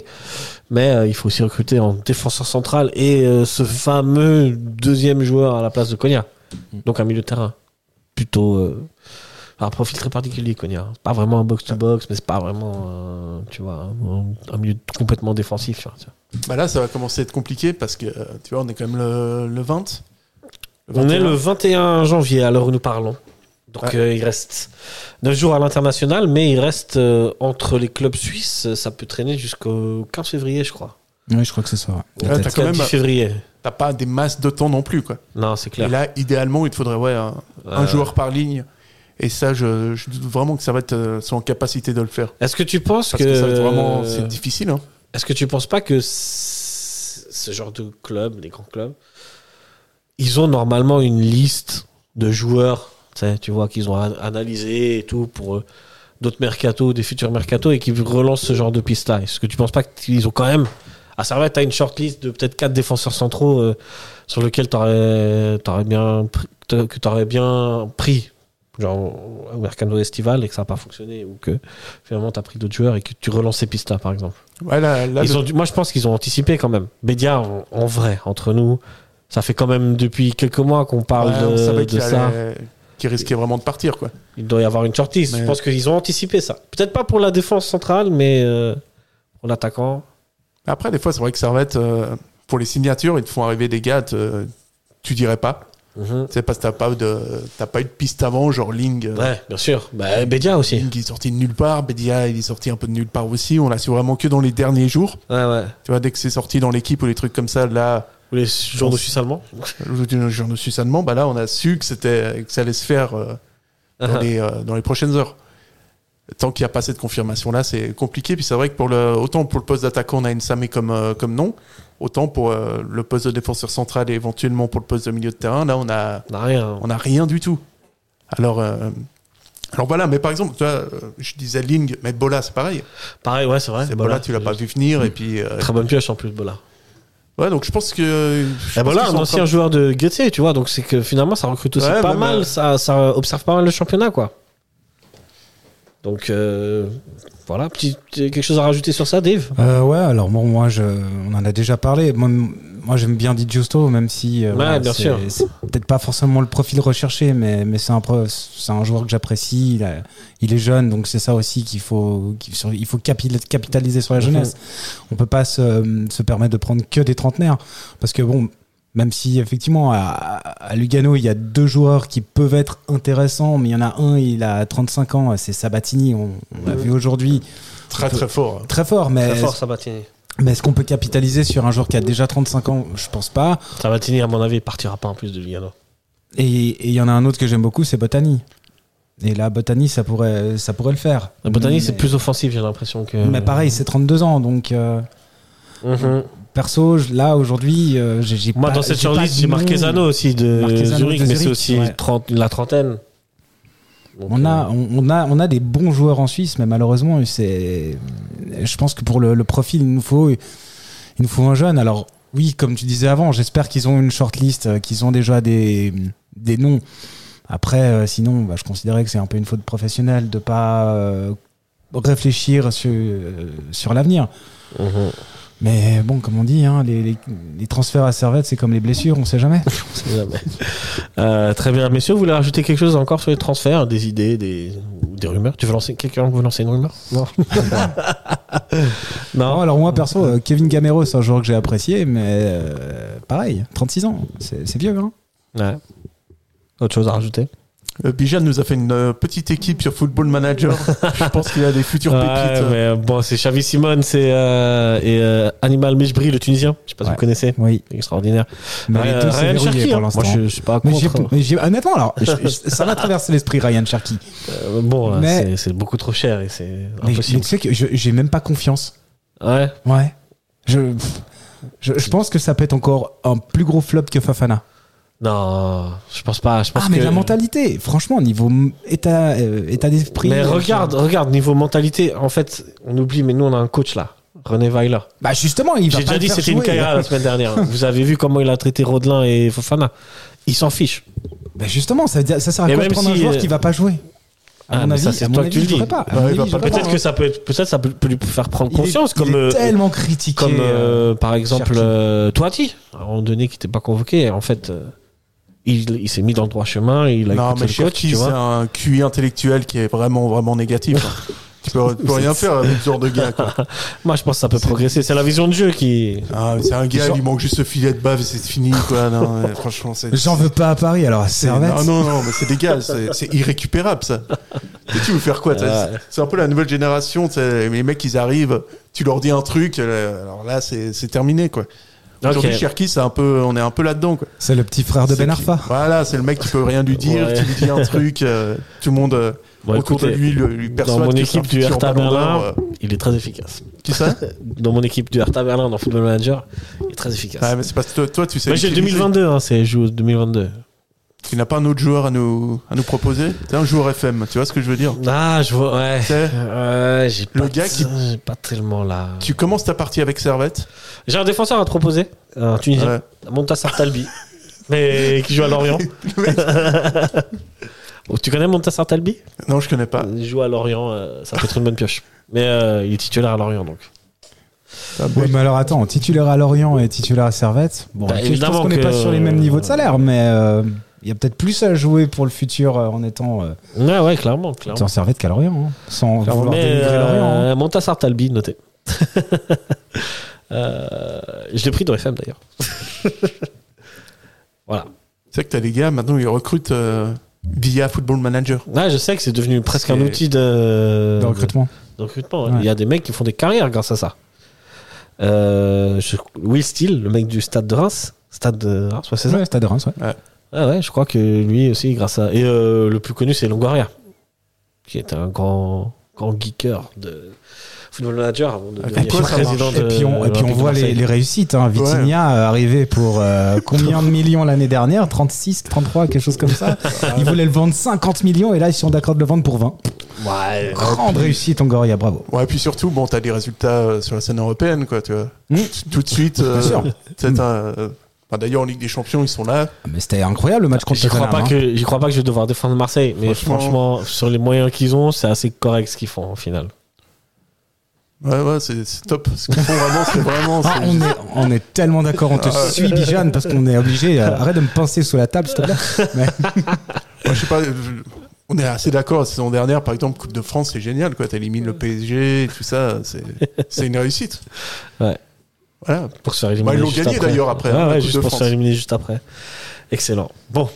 Speaker 1: Mais euh, il faut aussi recruter en défenseur central et euh, ce fameux deuxième joueur à la place de Cogna. Donc un milieu de terrain. Plutôt. Euh, un profil très particulier, Cogna. C'est Pas vraiment un box-to-box, mais c'est pas vraiment. euh, tu vois, un, un milieu complètement défensif. tu vois, tu vois.
Speaker 3: Bah là, ça va commencer à être compliqué parce que, euh, tu vois, on est quand même le, le 20.
Speaker 1: On est
Speaker 3: 21.
Speaker 1: le 21 janvier à l'heure où nous parlons. Donc
Speaker 3: Ouais.
Speaker 1: euh, il reste 9 jours à l'international, mais il reste euh, entre les clubs suisses, euh, ça peut traîner jusqu'au 15 février, je crois.
Speaker 2: Oui, je crois que c'est ça. ouais.
Speaker 3: Ouais,
Speaker 1: Peut-être
Speaker 3: t'as quand
Speaker 1: 4
Speaker 3: même-
Speaker 1: février.
Speaker 3: T'as pas des masses de temps non plus, quoi.
Speaker 1: Non, c'est
Speaker 3: Et
Speaker 1: clair.
Speaker 3: là, idéalement, il te faudrait ouais, un, un
Speaker 1: Euh,
Speaker 3: joueur par ligne. Et ça, je, je doute vraiment que ça va être euh, sont en capacité de le faire.
Speaker 1: Est-ce que tu penses
Speaker 3: Parce que, ça va être vraiment c'est difficile. Hein.
Speaker 1: Est-ce que tu penses pas que c- ce genre de club, les grands clubs, ils ont normalement une liste de joueurs, tu sais, tu vois, qu'ils ont an- analysé et tout pour euh, d'autres mercato, des futurs mercato, et qui relancent ce genre de piste-là. Est-ce que tu penses pas qu'ils ont quand même. À Servette, tu une shortlist de peut-être quatre défenseurs centraux euh, sur lesquels tu aurais, bien, pr- t'a- que t'aurais bien pris, genre au au mercato estival, et que ça n'a pas fonctionné, ou que finalement tu as pris d'autres joueurs et que tu relances ces pistes-là, par exemple.
Speaker 3: Ouais, là, là,
Speaker 1: Ils
Speaker 3: le-
Speaker 1: ont dû- moi, je pense qu'ils ont anticipé quand même. Bédia, en, en vrai, entre nous, ça fait quand même depuis quelques mois qu'on parle
Speaker 3: ouais, on
Speaker 1: de,
Speaker 3: savait
Speaker 1: de
Speaker 3: qu'il
Speaker 1: ça.
Speaker 3: allait- qu'il risquait vraiment de partir. Quoi.
Speaker 1: Il doit y avoir une shortlist.
Speaker 3: Mais-
Speaker 1: Je pense qu'ils ont anticipé ça. Peut-être pas pour la défense centrale, mais euh, pour l'attaquant.
Speaker 3: Après, des fois, c'est vrai que ça va être. euh, pour les signatures, ils te font arriver des gars, te- tu dirais pas.
Speaker 1: Mhm.
Speaker 3: C'est parce que t'as pas, de- t'as pas eu de piste avant, genre Ling. euh,
Speaker 1: Ouais, bien sûr. Bah, Bédia aussi.
Speaker 3: Ling, il est sorti de nulle part. Bedia, il est sorti un peu de nulle part aussi. On l'a su vraiment que dans les derniers jours.
Speaker 1: Ouais, ouais.
Speaker 3: Tu vois, dès que c'est sorti dans l'équipe ou les trucs comme ça, là,
Speaker 1: Ou les journaux suisses allemands.
Speaker 3: le journaux suisse allemand, bah là, on a su que, c'était, que ça allait se faire euh,
Speaker 1: Uh-huh.
Speaker 3: dans, les, euh, dans les prochaines heures. Tant qu'il n'y a pas cette confirmation-là, c'est compliqué. Puis c'est vrai que pour le, autant pour le poste d'attaquant, on a Nsamé comme, euh, comme nom, autant pour euh, le poste de défenseur central et éventuellement pour le poste de milieu de terrain, là, on a,
Speaker 1: On a rien.
Speaker 3: on a rien du tout. Alors, euh, alors voilà, mais par exemple, tu vois, euh, je disais Ling, mais Bola, c'est pareil.
Speaker 1: Pareil, ouais, c'est vrai.
Speaker 3: c'est
Speaker 1: Bola,
Speaker 3: Bola, tu l'as pas vu venir. Et puis, euh,
Speaker 1: Très bonne pioche en plus, Bola.
Speaker 3: ouais, donc je pense que. je
Speaker 1: Et
Speaker 3: pense
Speaker 1: Bola, Eh ben
Speaker 3: qu'ils
Speaker 1: un
Speaker 3: sont en
Speaker 1: ancien
Speaker 3: train de-
Speaker 1: joueur de Getse, tu vois. Donc c'est que finalement, ça recrute aussi
Speaker 3: Ouais,
Speaker 1: pas
Speaker 3: même,
Speaker 1: mal.
Speaker 3: euh,
Speaker 1: Ça, ça observe pas mal le championnat, quoi. Donc euh, voilà, petit, petit- quelque chose à rajouter sur ça, Dave
Speaker 2: Euh, ouais, alors bon, moi, je, on en a déjà parlé. Moi, m- moi j'aime bien Di Giusto, même si euh,
Speaker 1: Ouais, bien
Speaker 2: c'est-
Speaker 1: sûr.
Speaker 2: c'est peut-être pas forcément le profil recherché, mais, mais c'est un, pro- c'est un joueur que j'apprécie. Il, a- il est jeune, donc c'est ça aussi qu'il faut, qu'il- sur- il faut capi- capitaliser sur la
Speaker 1: Mhm.
Speaker 2: jeunesse. On peut pas se, se permettre de prendre que des trentenaires, parce que bon. Même si effectivement à, à Lugano il y a deux joueurs qui peuvent être intéressants, mais il y en a un il a 35 ans, c'est Sabatini, on, on l'a vu aujourd'hui,
Speaker 3: Très, très fort. hein.
Speaker 2: très fort, mais
Speaker 1: Mhm. Très fort, Sabatini.
Speaker 2: mais est-ce qu'on peut capitaliser sur un joueur qui a déjà 35 ans Je pense pas.
Speaker 1: Sabatini, à mon avis, partira pas en plus de Lugano.
Speaker 2: Et et il y en a un autre que j'aime beaucoup, c'est Botany. Et là, Botany, ça pourrait, ça pourrait le faire.
Speaker 1: La Botany, c'est
Speaker 2: Mais-
Speaker 1: plus offensif, j'ai l'impression que.
Speaker 2: Mm. Mais pareil, c'est 32 ans, donc euh,
Speaker 1: Mhm.
Speaker 2: perso, je- là aujourd'hui, euh, j'ai- j'ai
Speaker 1: Moi,
Speaker 2: pas-
Speaker 1: dans cette
Speaker 2: j'ai pas
Speaker 1: shortlist,
Speaker 2: de
Speaker 1: j'ai
Speaker 2: nom.
Speaker 1: Marquezano aussi de
Speaker 2: Marquezano
Speaker 1: Zurich,
Speaker 2: de
Speaker 1: mais
Speaker 2: Zurich,
Speaker 1: c'est aussi
Speaker 2: ouais.
Speaker 1: 30 la trentaine. Donc,
Speaker 2: On
Speaker 1: euh,
Speaker 2: a, on, on a, on a des bons joueurs en Suisse, mais malheureusement, c'est, je pense que pour le, le profil, il nous faut, il nous faut un jeune. Alors oui, comme tu disais avant, j'espère qu'ils ont une shortlist, euh, qu'ils ont déjà des, des noms. Après, euh, sinon, bah, je considérais que c'est un peu une faute professionnelle de pas euh, réfléchir sur, euh, sur l'avenir.
Speaker 1: mhm.
Speaker 2: Mais bon, comme on dit, hein, les, les- les transferts à Servette, c'est comme les blessures, on sait jamais.
Speaker 1: On sait jamais. Euh, très bien, messieurs, vous voulez rajouter quelque chose encore sur les transferts, des idées, des, ou des rumeurs Tu veux lancer quelqu'un vous lancer une rumeur Non.
Speaker 2: Non,
Speaker 1: non.
Speaker 2: alors moi perso, euh, Kevin Gamero, c'est un joueur que j'ai apprécié, mais euh, pareil, 36 ans, c'est c'est vieux. Hein
Speaker 1: Ouais. Autre chose à rajouter
Speaker 3: Euh, Bijan nous a fait une euh, petite équipe sur Football Manager. Je pense qu'il a des futurs
Speaker 1: Ouais,
Speaker 3: pépites.
Speaker 2: hein.
Speaker 1: mais, euh, Bon, c'est Xavi Simon, c'est euh, et euh, Animal Mejbri, le Tunisien. Je sais pas si
Speaker 2: Ouais.
Speaker 1: vous connaissez.
Speaker 2: Oui,
Speaker 1: Extraordinaire.
Speaker 2: mais
Speaker 1: Ouais,
Speaker 2: les deux, c'est
Speaker 1: Ryan
Speaker 2: verrouillé
Speaker 1: Cherki,
Speaker 2: pour
Speaker 1: hein.
Speaker 2: l'instant.
Speaker 1: Moi, je, je suis pas
Speaker 2: Mais j'y ai-
Speaker 1: contre. hein.
Speaker 2: mais j'y ai- honnêtement, alors, je- je- ça va traverser l'esprit Ryan Cherky.
Speaker 1: Euh, bon, euh,
Speaker 2: Mais-
Speaker 1: c'est- c'est beaucoup trop cher et c'est
Speaker 2: Mais, mais tu
Speaker 1: impossible.
Speaker 2: sais que je- j'ai même pas confiance.
Speaker 1: Ouais.
Speaker 2: Ouais. Je, pff, je, je pense que ça peut être encore un plus gros flop que Fafana.
Speaker 1: Non, je pense pas. Je pense
Speaker 2: Ah, mais
Speaker 1: que-
Speaker 2: la mentalité, franchement, niveau m- état, euh, état d'esprit.
Speaker 1: Mais
Speaker 2: euh,
Speaker 1: regarde, regarde, niveau mentalité, en fait, on oublie, mais nous, on a un coach là, René Weiler.
Speaker 2: Bah, justement, il va
Speaker 1: J'ai
Speaker 2: pas
Speaker 1: déjà
Speaker 2: le
Speaker 1: dit,
Speaker 2: faire
Speaker 1: c'était une
Speaker 2: jouer.
Speaker 1: caïra la semaine dernière. hein. Vous avez vu comment il a traité Rodelin et Fofana. Il s'en fiche.
Speaker 2: Bah, justement, ça, veut dire- ça sert à
Speaker 1: Et
Speaker 2: quoi de
Speaker 1: même
Speaker 2: prendre un
Speaker 1: si,
Speaker 2: joueur
Speaker 1: euh,
Speaker 2: qui va pas jouer
Speaker 1: Ah,
Speaker 2: À mon
Speaker 1: mais
Speaker 2: avis,
Speaker 1: ça, c'est
Speaker 2: à mon
Speaker 1: toi que
Speaker 2: avis,
Speaker 1: tu le
Speaker 2: il jouerait
Speaker 1: dis.
Speaker 2: pas. À
Speaker 3: Ouais,
Speaker 2: mon
Speaker 3: il va
Speaker 2: avis, il
Speaker 3: pas-
Speaker 2: jouerait
Speaker 1: Peut-être
Speaker 2: pas,
Speaker 1: que
Speaker 2: hein.
Speaker 1: ça peut, être, peut-être ça peut lui faire prendre
Speaker 2: Il est-
Speaker 1: conscience,
Speaker 2: il est
Speaker 1: comme, euh,
Speaker 2: tellement critiqué.
Speaker 1: comme
Speaker 2: euh,
Speaker 1: euh, par exemple
Speaker 2: Cherki.
Speaker 1: euh, Toiti, à un moment donné, qui n'était pas convoqué. Et En fait, euh, il, il s'est mis dans le droit chemin, il a
Speaker 3: Non,
Speaker 1: écouté le
Speaker 3: mais
Speaker 1: coach,
Speaker 3: Cherki,
Speaker 1: tu
Speaker 3: c'est
Speaker 1: vois.
Speaker 3: un QI intellectuel qui est vraiment, vraiment négatif. hein. tu peux, tu peux rien faire avec ce genre de gars. quoi.
Speaker 1: Moi, je pense que ça peut progresser. C'est la vision de jeu qui.
Speaker 3: Ah, mais c'est un gars,
Speaker 2: Genre-
Speaker 3: il manque juste ce filet de bave et c'est fini. Quoi. Non, mais franchement, c'est.
Speaker 2: J'en veux pas à Paris, alors à
Speaker 3: c'est-
Speaker 2: Servette.
Speaker 3: Non, non, non, mais c'est des gars, c'est c'est irrécupérable ça. Et tu veux faire quoi t'as-
Speaker 1: Ouais.
Speaker 3: C'est un peu la nouvelle génération, t'sais, les mecs ils arrivent, tu leur dis un truc, euh, alors là c'est c'est terminé quoi. Aujourd'hui,
Speaker 1: Ok.
Speaker 3: Cherki, c'est un peu, on est un peu là-dedans quoi.
Speaker 2: C'est le petit frère de
Speaker 3: C'est
Speaker 2: Ben
Speaker 3: qui-
Speaker 2: Arfa.
Speaker 3: Voilà, c'est le mec qui peut rien lui dire,
Speaker 1: Ouais.
Speaker 3: qui lui dit un truc, euh, tout le monde euh,
Speaker 1: Bon,
Speaker 3: autour
Speaker 1: écoutez,
Speaker 3: de lui le- lui perçoit
Speaker 1: Dans mon
Speaker 3: que c'est un
Speaker 1: équipe du
Speaker 3: futur
Speaker 1: Hertha
Speaker 3: Ballon
Speaker 1: Berlin,
Speaker 3: d'Or, euh.
Speaker 1: il est très efficace.
Speaker 3: Qui ça
Speaker 1: Dans mon équipe du Hertha Berlin, dans Football Manager, il est très efficace.
Speaker 3: Ouais, Ah, mais c'est parce que toi, toi, tu sais.
Speaker 1: Moi, j'ai
Speaker 3: l'utiliser.
Speaker 1: 2022, hein, c'est joue 2022.
Speaker 3: Tu n'as pas un autre joueur à nous, à nous proposer T'es un joueur FM, tu vois ce que je veux dire
Speaker 1: Ah, je vois, ouais.
Speaker 3: Tu sais,
Speaker 1: Ouais, j'ai
Speaker 3: Le
Speaker 1: pas
Speaker 3: gars qui-
Speaker 1: j'ai pas tellement là.
Speaker 3: Tu commences ta partie avec Servette.
Speaker 1: J'ai un défenseur à te proposer, un Tunisien,
Speaker 3: Ouais.
Speaker 1: Montassar Talbi, mais qui joue à Lorient. Oh, tu connais Montassar Talbi
Speaker 3: Non, je connais pas.
Speaker 1: Il joue à Lorient, euh, ça peut être une bonne pioche. Mais euh, il est titulaire à Lorient donc. Ah,
Speaker 2: Ouais, mais alors attends, titulaire à Lorient et titulaire à Servette, bon,
Speaker 1: Bah,
Speaker 2: ok, je
Speaker 1: évidemment
Speaker 2: pense qu'on n'est
Speaker 1: que-
Speaker 2: pas sur les mêmes niveaux de salaire, mais euh, il y a peut-être plus à jouer pour le futur euh, en étant euh,
Speaker 1: Ouais, ouais, clairement.
Speaker 2: en
Speaker 1: clairement.
Speaker 2: Servette qu'à Lorient, hein, sans vouloir
Speaker 1: Bah Mais
Speaker 2: dénigrer Lorient. hein.
Speaker 1: euh, Montassar Talbi, noté. Euh, je l'ai pris dans FM d'ailleurs. voilà.
Speaker 3: Tu sais que t'as des gars, maintenant ils recrutent euh, via Football Manager.
Speaker 1: Ouais, je sais que c'est devenu presque un
Speaker 3: C'est-
Speaker 1: outil de,
Speaker 2: De recrutement.
Speaker 1: de recrutement.
Speaker 2: Ouais.
Speaker 1: Il y a des mecs qui font des carrières grâce à ça. Euh, je- Will Steele, le mec du stade de Reims, stade de Reims, ouais, c'est ça.
Speaker 2: Ouais, Stade de Reims, ouais.
Speaker 1: Ah ouais, je crois que lui aussi grâce à et euh, le plus connu c'est Longoria, qui est un grand grand geeker de football manager avant de
Speaker 3: Ah,
Speaker 1: devenir
Speaker 3: pourquoi ça euh,
Speaker 1: président
Speaker 2: Et
Speaker 1: de
Speaker 2: puis on, et puis
Speaker 1: l'Olympique
Speaker 2: on
Speaker 1: de
Speaker 2: voit les,
Speaker 1: Marseille.
Speaker 2: les réussites. Hein. Vitinha euh, arrivé pour euh, combien de millions l'année dernière 36, 33, quelque chose comme ça. Ils voulaient le vendre 50 millions et là ils sont d'accord de le vendre pour 20.
Speaker 1: Ouais,
Speaker 2: Grande réussite, Angoria, bravo.
Speaker 3: Ouais, puis surtout, bon, t'as des résultats euh, sur la scène européenne, quoi, tu vois.
Speaker 2: Hmm.
Speaker 3: Tout de suite, euh,
Speaker 2: Bien sûr.
Speaker 1: Hmm.
Speaker 3: c'est un. euh, enfin, D'ailleurs, en Ligue des Champions, ils sont là.
Speaker 2: Ah, Mais c'était incroyable le match contre
Speaker 1: J'y crois,
Speaker 2: Tottenham,
Speaker 1: pas
Speaker 2: hein.
Speaker 1: que, j'y crois pas que je vais devoir défendre Marseille, mais
Speaker 3: Franchement.
Speaker 1: franchement, sur les moyens qu'ils ont, c'est assez correct ce qu'ils font au final.
Speaker 3: Ouais, ouais, c'est c'est top. Ce qu'ils font vraiment, c'est vraiment.
Speaker 2: Ah,
Speaker 3: c'est-
Speaker 2: on, est, on est tellement d'accord, on te
Speaker 1: Ah
Speaker 2: suit, Bijan, parce qu'on est obligé. euh, Arrête de me pincer sous la table, s'il te plaît.
Speaker 3: Moi, je sais pas, je- on est assez d'accord. La saison dernière, par exemple, Coupe de France, c'est génial. Tu élimines le PSG, tout ça. C'est c'est une réussite.
Speaker 1: Ouais.
Speaker 3: Voilà.
Speaker 1: Pour se faire éliminer.
Speaker 3: Bah, ils l'ont
Speaker 1: juste
Speaker 3: gagné,
Speaker 1: après.
Speaker 3: d'ailleurs, après,
Speaker 1: Ouais,
Speaker 3: hein, la
Speaker 1: ouais,
Speaker 3: Coupe
Speaker 1: juste
Speaker 3: de
Speaker 1: pour se faire
Speaker 3: France.
Speaker 1: éliminer juste après. Excellent. Bon.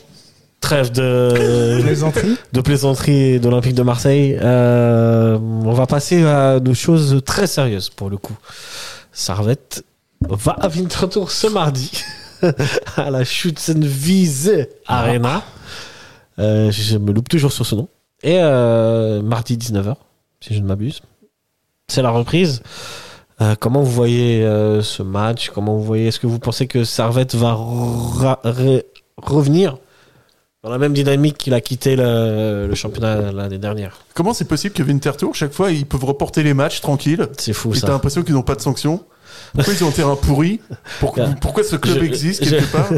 Speaker 1: Trêve de,
Speaker 2: Plaisanterie.
Speaker 1: de plaisanterie d'Olympique de Marseille. Euh, on va passer à des choses très sérieuses pour le coup. Sarvette va à Winterthur ce mardi à la Schützenwiese Arena. Euh, je me loupe toujours sur ce nom. Et euh, mardi 19h, si je ne m'abuse. C'est la reprise. Euh, comment vous voyez euh, ce match Comment vous voyez Est-ce que vous pensez que Servette va ra- re- revenir dans la même dynamique qu'il a quitté le, le championnat l'année dernière
Speaker 3: Comment c'est possible que Winterthur, chaque fois, ils peuvent reporter les matchs tranquille
Speaker 1: C'est fou
Speaker 3: Puis t'as
Speaker 1: ça.
Speaker 3: l'impression qu'ils n'ont pas de sanctions Pourquoi ils ont un terrain pourri Pourquoi,
Speaker 1: Gars,
Speaker 3: pourquoi ce club
Speaker 1: je-
Speaker 3: existe
Speaker 1: je-
Speaker 3: quelque part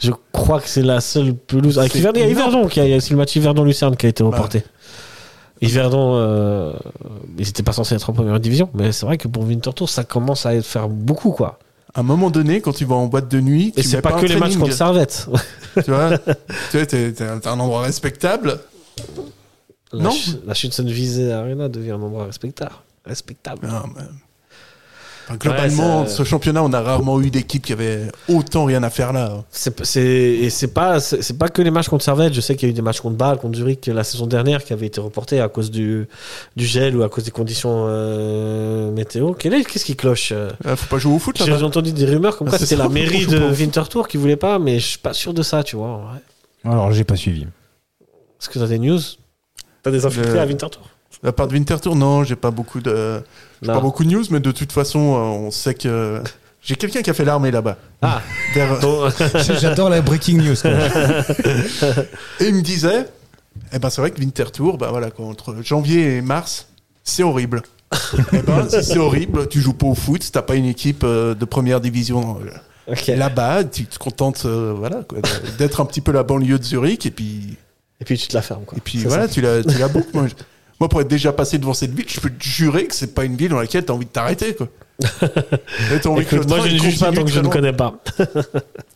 Speaker 1: Je crois que c'est la seule pelouse. Avec
Speaker 3: C'est
Speaker 1: Yverdon, il y a
Speaker 3: énorme.
Speaker 1: Yverdon qui a, il y a aussi le match Yverdon-Lucerne qui a été reporté. Et Verdon, euh, ils n'étaient pas censés être en première division, mais c'est vrai que pour Winter Tour, ça commence à faire beaucoup, quoi.
Speaker 3: À un moment donné, quand tu vas en boîte de nuit,
Speaker 1: Et
Speaker 3: tu
Speaker 1: c'est
Speaker 3: mets
Speaker 1: pas,
Speaker 3: un
Speaker 1: que les matchs
Speaker 3: training,
Speaker 1: contre Servette.
Speaker 3: Tu vois, tu vois, t'es, t'es un, t'es un endroit respectable.
Speaker 1: La
Speaker 3: Non.
Speaker 1: ch- la Shinson Vise Arena devient un endroit respectable. Respectable.
Speaker 3: Non, mais- Enfin, globalement,
Speaker 1: Ouais, ça-
Speaker 3: ce championnat, on a rarement eu d'équipe qui avait autant rien à faire là.
Speaker 1: C'est c'est- et c'est pas c'est c'est pas que les matchs contre Servette. Je sais qu'il y a eu des matchs contre Bâle, contre Zurich la saison dernière qui avaient été reportés à cause du, du gel ou à cause des conditions euh, météo. Quel est- Qu'est-ce qui cloche euh
Speaker 3: Euh, faut pas jouer au foot
Speaker 1: J'ai
Speaker 3: là.
Speaker 1: entendu des rumeurs comme quoi
Speaker 3: Ah, c'est
Speaker 1: c'était
Speaker 3: ça,
Speaker 1: la mairie
Speaker 3: je joue
Speaker 1: de
Speaker 3: pas au foot.
Speaker 1: Winterthur qui voulait pas, mais je suis pas sûr de ça, tu vois. en vrai.
Speaker 2: Alors, j'ai pas suivi.
Speaker 1: Est-ce que t'as des news T'as des infiltrés
Speaker 3: Le-
Speaker 1: à Winterthur
Speaker 3: La part de Winterthur, non, j'ai pas beaucoup de, j'ai
Speaker 1: Non.
Speaker 3: pas beaucoup de news, mais de toute façon, euh, on sait que j'ai quelqu'un qui a fait l'armée là-bas. euh,
Speaker 1: Ah.
Speaker 3: Derrière-
Speaker 1: Bon,
Speaker 2: J'adore la breaking news. quoi.
Speaker 3: Et il me disait, eh ben c'est vrai que Winterthur, ben voilà, quoi, entre janvier et mars, c'est horrible. eh ben, si c'est horrible, tu joues pas au foot, si t'as pas une équipe euh, de première division euh,
Speaker 1: ok.
Speaker 3: là-bas, tu te contentes euh, voilà, quoi, de- d'être un petit peu la banlieue de Zurich, et puis,
Speaker 1: Et puis tu te la fermes quoi.
Speaker 3: et puis
Speaker 1: C'est
Speaker 3: voilà,
Speaker 1: ça.
Speaker 3: tu la, tu la boucles. Moi, je- moi, pour être déjà passé devant cette ville, je peux te jurer que c'est pas une ville dans laquelle t'as envie de t'arrêter. Quoi. Et t'as envie que le
Speaker 1: Écoute, moi
Speaker 3: train,
Speaker 1: je ne
Speaker 3: il
Speaker 1: juge pas tant
Speaker 3: continue
Speaker 1: que je
Speaker 3: très
Speaker 1: ne
Speaker 3: loin.
Speaker 1: connais pas.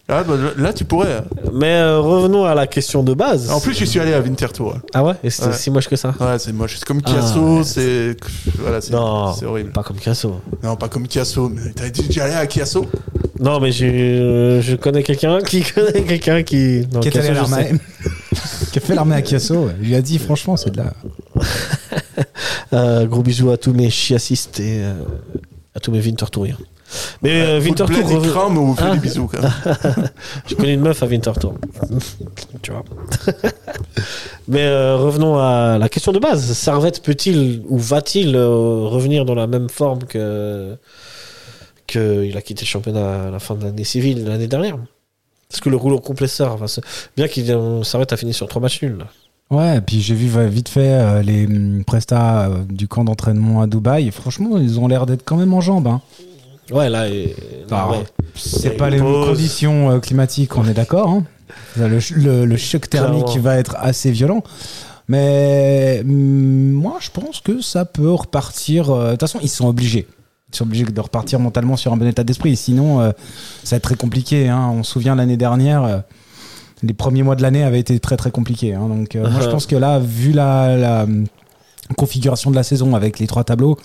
Speaker 3: Ah, ben, là, tu pourrais. hein.
Speaker 1: Mais euh, revenons à la question de base.
Speaker 3: En plus, je suis allé à Winterthur. hein.
Speaker 1: ah ouais, et c'était
Speaker 3: Ouais.
Speaker 1: si moche que ça.
Speaker 3: Ouais, c'est moche. C'est comme
Speaker 1: Ah,
Speaker 3: Kiasso, c'est. Voilà, c'est
Speaker 1: Non,
Speaker 3: c'est horrible.
Speaker 1: pas comme Casso.
Speaker 3: Non, pas comme Kiasso, mais t'as dit déjà allé à Kiasso
Speaker 1: Non, mais je, je connais quelqu'un qui connaît quelqu'un qui. Non,
Speaker 2: qui est allé à
Speaker 1: Casso, je sais.
Speaker 2: l'armée. qui a fait l'armée à Chiasso. ouais. Il lui a dit, franchement, c'est de la.
Speaker 1: Euh, gros bisous à tous mes chiassistes et euh, à tous mes Wintertouriens. Mais euh, Winterthur,
Speaker 3: Winterthur.
Speaker 1: rev-
Speaker 3: des crânes, mais on vous fait
Speaker 1: Ah.
Speaker 3: des bisous, quoi.
Speaker 1: je connais une meuf à Winterthur. tu vois. mais euh, revenons à la question de base. Servette peut-il ou va-t-il euh, revenir dans la même forme que qu'il a quitté le championnat à la fin de l'année civile l'année dernière Est-ce que le rouleau compresseur va se... Bien qu'il euh, Servette a fini sur trois matchs nuls. là.
Speaker 2: Ouais, et puis j'ai vu va- vite fait euh, les hum, prestats euh, du camp d'entraînement à Dubaï. Et franchement, ils ont l'air d'être quand même en jambes. hein.
Speaker 1: Ouais, là, et-
Speaker 2: Ah,
Speaker 1: ouais.
Speaker 2: C'est
Speaker 1: une
Speaker 2: pas les mêmes
Speaker 1: pause.
Speaker 2: conditions euh, climatiques, on est d'accord. hein. Le, ch- le- le choc thermique
Speaker 1: Clairement.
Speaker 2: va être assez violent. Mais hum, moi, je pense que ça peut repartir. euh, De toute façon, ils sont obligés. Ils sont obligés de repartir mentalement sur un bon état d'esprit. Sinon, euh, ça va être très compliqué. hein. On se souvient l'année dernière. euh, les premiers mois de l'année avaient été très très compliqués. hein. Donc, euh, moi, je pense que là, vu la, la, hum, configuration de la saison avec les trois tableaux,